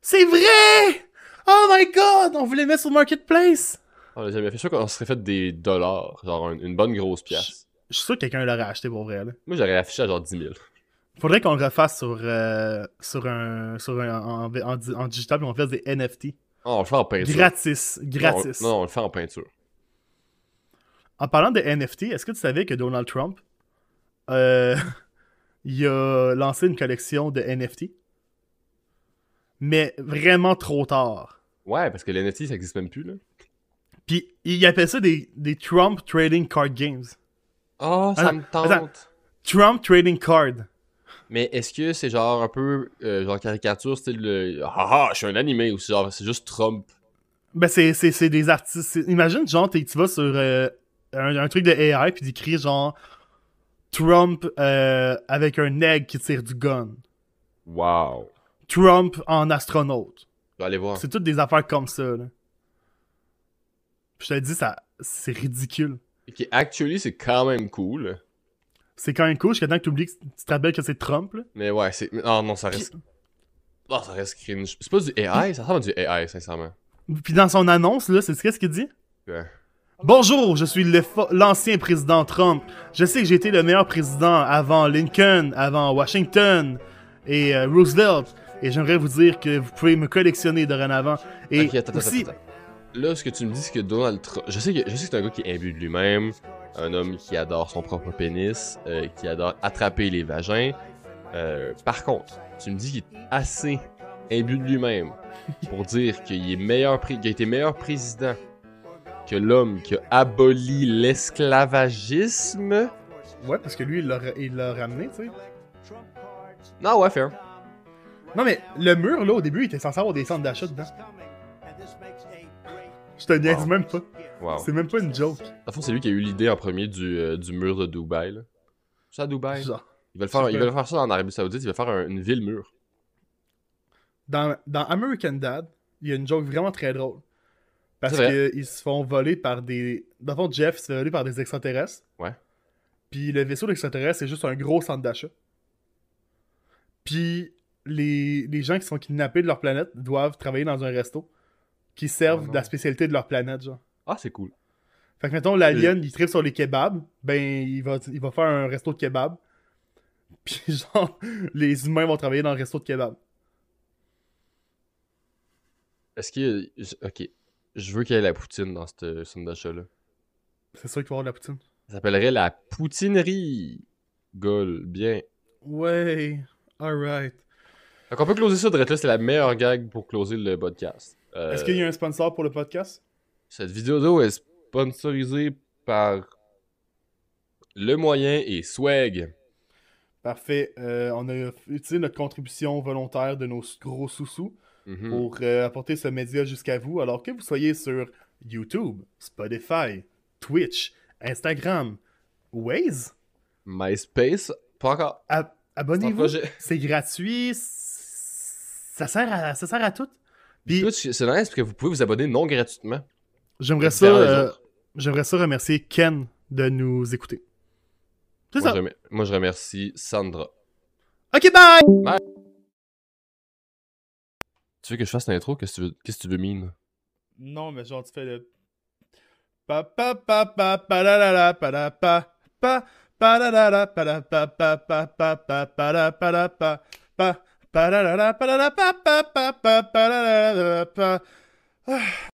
Speaker 2: C'est vrai! Oh my god! On voulait le mettre sur Marketplace!
Speaker 1: On l'a jamais fait. Ah, Je suis sûr qu'on se serait fait des dollars, genre une, une bonne grosse pièce.
Speaker 2: Je suis sûr que quelqu'un l'aurait acheté pour vrai. Là.
Speaker 1: Moi, j'aurais affiché à genre 10 000.
Speaker 2: Faudrait qu'on le refasse sur, euh, sur un, sur un en, en- en- en digital, puis on fasse des NFT.
Speaker 1: Oh, on le fait en peinture.
Speaker 2: Gratis. Gratis.
Speaker 1: Non, on- non, on le fait en peinture.
Speaker 2: En parlant de NFT, est-ce que tu savais que Donald Trump, euh, [LAUGHS] il a lancé une collection de NFT? Mais vraiment trop tard.
Speaker 1: Ouais, parce que les NFT, ça existe même plus, là.
Speaker 2: Puis il appelle ça des, des Trump Trading Card Games.
Speaker 1: Oh, ça
Speaker 2: Ah, Attends,
Speaker 1: me tente.
Speaker 2: attends. Trump Trading Card.
Speaker 1: Mais est-ce que c'est genre un peu euh, genre caricature, style le. Ah ah, je suis un animé, ou c'est genre c'est juste Trump.
Speaker 2: Ben, c'est, c'est, c'est des artistes. c'est- Imagine, genre, t'es- tu vas sur euh, un, un truc de AI, puis t'écris, genre, Trump euh, avec un aigle qui tire du gun.
Speaker 1: Wow.
Speaker 2: Trump en astronaute.
Speaker 1: Je vais aller voir.
Speaker 2: C'est toutes des affaires comme ça, là. Puis je te dis, ça, c'est ridicule.
Speaker 1: Ok, actually, c'est quand même cool.
Speaker 2: C'est quand même cool, jusqu'à temps que tu oublies, tu te rappelles que c'est Trump, là.
Speaker 1: Mais ouais, c'est. Ah non, ça reste. Ah, ça reste cringe. C'est pas du AI, ça ressemble à du AI, sincèrement.
Speaker 2: Puis dans son annonce, là, c'est qu'est-ce qu'il dit?
Speaker 1: Ouais.
Speaker 2: Bonjour, je suis le fo- l'ancien président Trump. Je sais que j'ai été le meilleur président avant Lincoln, avant Washington et euh, Roosevelt. Et j'aimerais vous dire que vous pouvez me collectionner dorénavant. Et
Speaker 1: Ok, attends, attends,
Speaker 2: aussi,
Speaker 1: attends, attends. Là, ce que tu me dis, c'est que Donald Trump. Je sais que, je sais que c'est un gars qui est imbu de lui-même, un homme qui adore son propre pénis, euh, qui adore attraper les vagins. Euh, par contre, tu me dis qu'il est assez imbu de lui-même pour dire qu'il est meilleur, pré- qu'il a été meilleur président que l'homme qui a aboli l'esclavagisme.
Speaker 2: Ouais, parce que lui, il l'a, il l'a ramené, tu sais.
Speaker 1: Non, ouais, fair.
Speaker 2: Non, mais le mur, là, au début, il était censé avoir des centres d'achat dedans. Je te niaise
Speaker 1: Wow.
Speaker 2: même pas.
Speaker 1: Wow.
Speaker 2: C'est même pas une joke.
Speaker 1: Au fond, c'est lui qui a eu l'idée en premier du, euh, du mur de Dubaï. là. C'est à Dubaï.
Speaker 2: Genre,
Speaker 1: Ils veulent, faire,
Speaker 2: c'est
Speaker 1: ils
Speaker 2: pas-
Speaker 1: veulent faire ça en Arabie Saoudite, ils veulent faire un- une ville mur.
Speaker 2: dans, dans American Dad, il y a une joke vraiment très drôle. Parce
Speaker 1: C'est
Speaker 2: qu'ils se font voler par des. Dans le fond, Jeff se fait voler par des extraterrestres.
Speaker 1: Ouais.
Speaker 2: Puis le vaisseau d'extraterrestres, c'est juste un gros centre d'achat. Puis les, les gens qui sont kidnappés de leur planète doivent travailler dans un resto qui servent
Speaker 1: Oh non.
Speaker 2: de la spécialité de leur planète, genre.
Speaker 1: Ah, c'est cool.
Speaker 2: Fait que mettons, l'alien, il tripe sur les kebabs, ben il va, il va faire un resto de kebab. [LAUGHS] Puis genre, les humains vont travailler dans le resto de kebab.
Speaker 1: Est-ce que. Ok. Je veux qu'il y ait la poutine dans cette somme d'achat-là.
Speaker 2: C'est sûr qu'il va y avoir de la poutine.
Speaker 1: Ça s'appellerait la poutinerie. Gol, bien.
Speaker 2: Ouais, alright.
Speaker 1: Donc on peut closer ça, Drette là, c'est la meilleure gag pour closer le podcast. Euh,
Speaker 2: Est-ce qu'il y a un sponsor pour le podcast?
Speaker 1: Cette vidéo est sponsorisée par Le Moyen et Swag.
Speaker 2: Parfait. Euh, on a utilisé notre contribution volontaire de nos gros sous-sous
Speaker 1: Mhm.
Speaker 2: pour euh, apporter ce média jusqu'à vous, alors que vous soyez sur YouTube, Spotify, Twitch, Instagram, Waze.
Speaker 1: MySpace, pas encore.
Speaker 2: Ab-
Speaker 1: C'est un
Speaker 2: Abonnez-vous.
Speaker 1: projet.
Speaker 2: C'est gratuit. c- Ça sert à, ça sert à tout. Puis
Speaker 1: Twitch, c'est nice parce que vous pouvez vous abonner non gratuitement.
Speaker 2: j'aimerais ça,
Speaker 1: Différents des
Speaker 2: euh,
Speaker 1: autres.
Speaker 2: j'aimerais ça remercier Ken de nous écouter. C'est
Speaker 1: Moi,
Speaker 2: ça.
Speaker 1: je remer- moi, je remercie Sandra.
Speaker 2: Ok, bye!
Speaker 1: Tu veux que je fasse l'intro? Qu'est-ce que tu veux, qu'est-ce que tu veux mine?
Speaker 2: Non, mais genre, tu fais le. Pa pa pa pa pa la la la pa la pa pa pa la la la pa la pa pa pa pa pa pa la pa la pa pa pa la la la pa la la pa pa pa pa pa la la la la pa. Ah,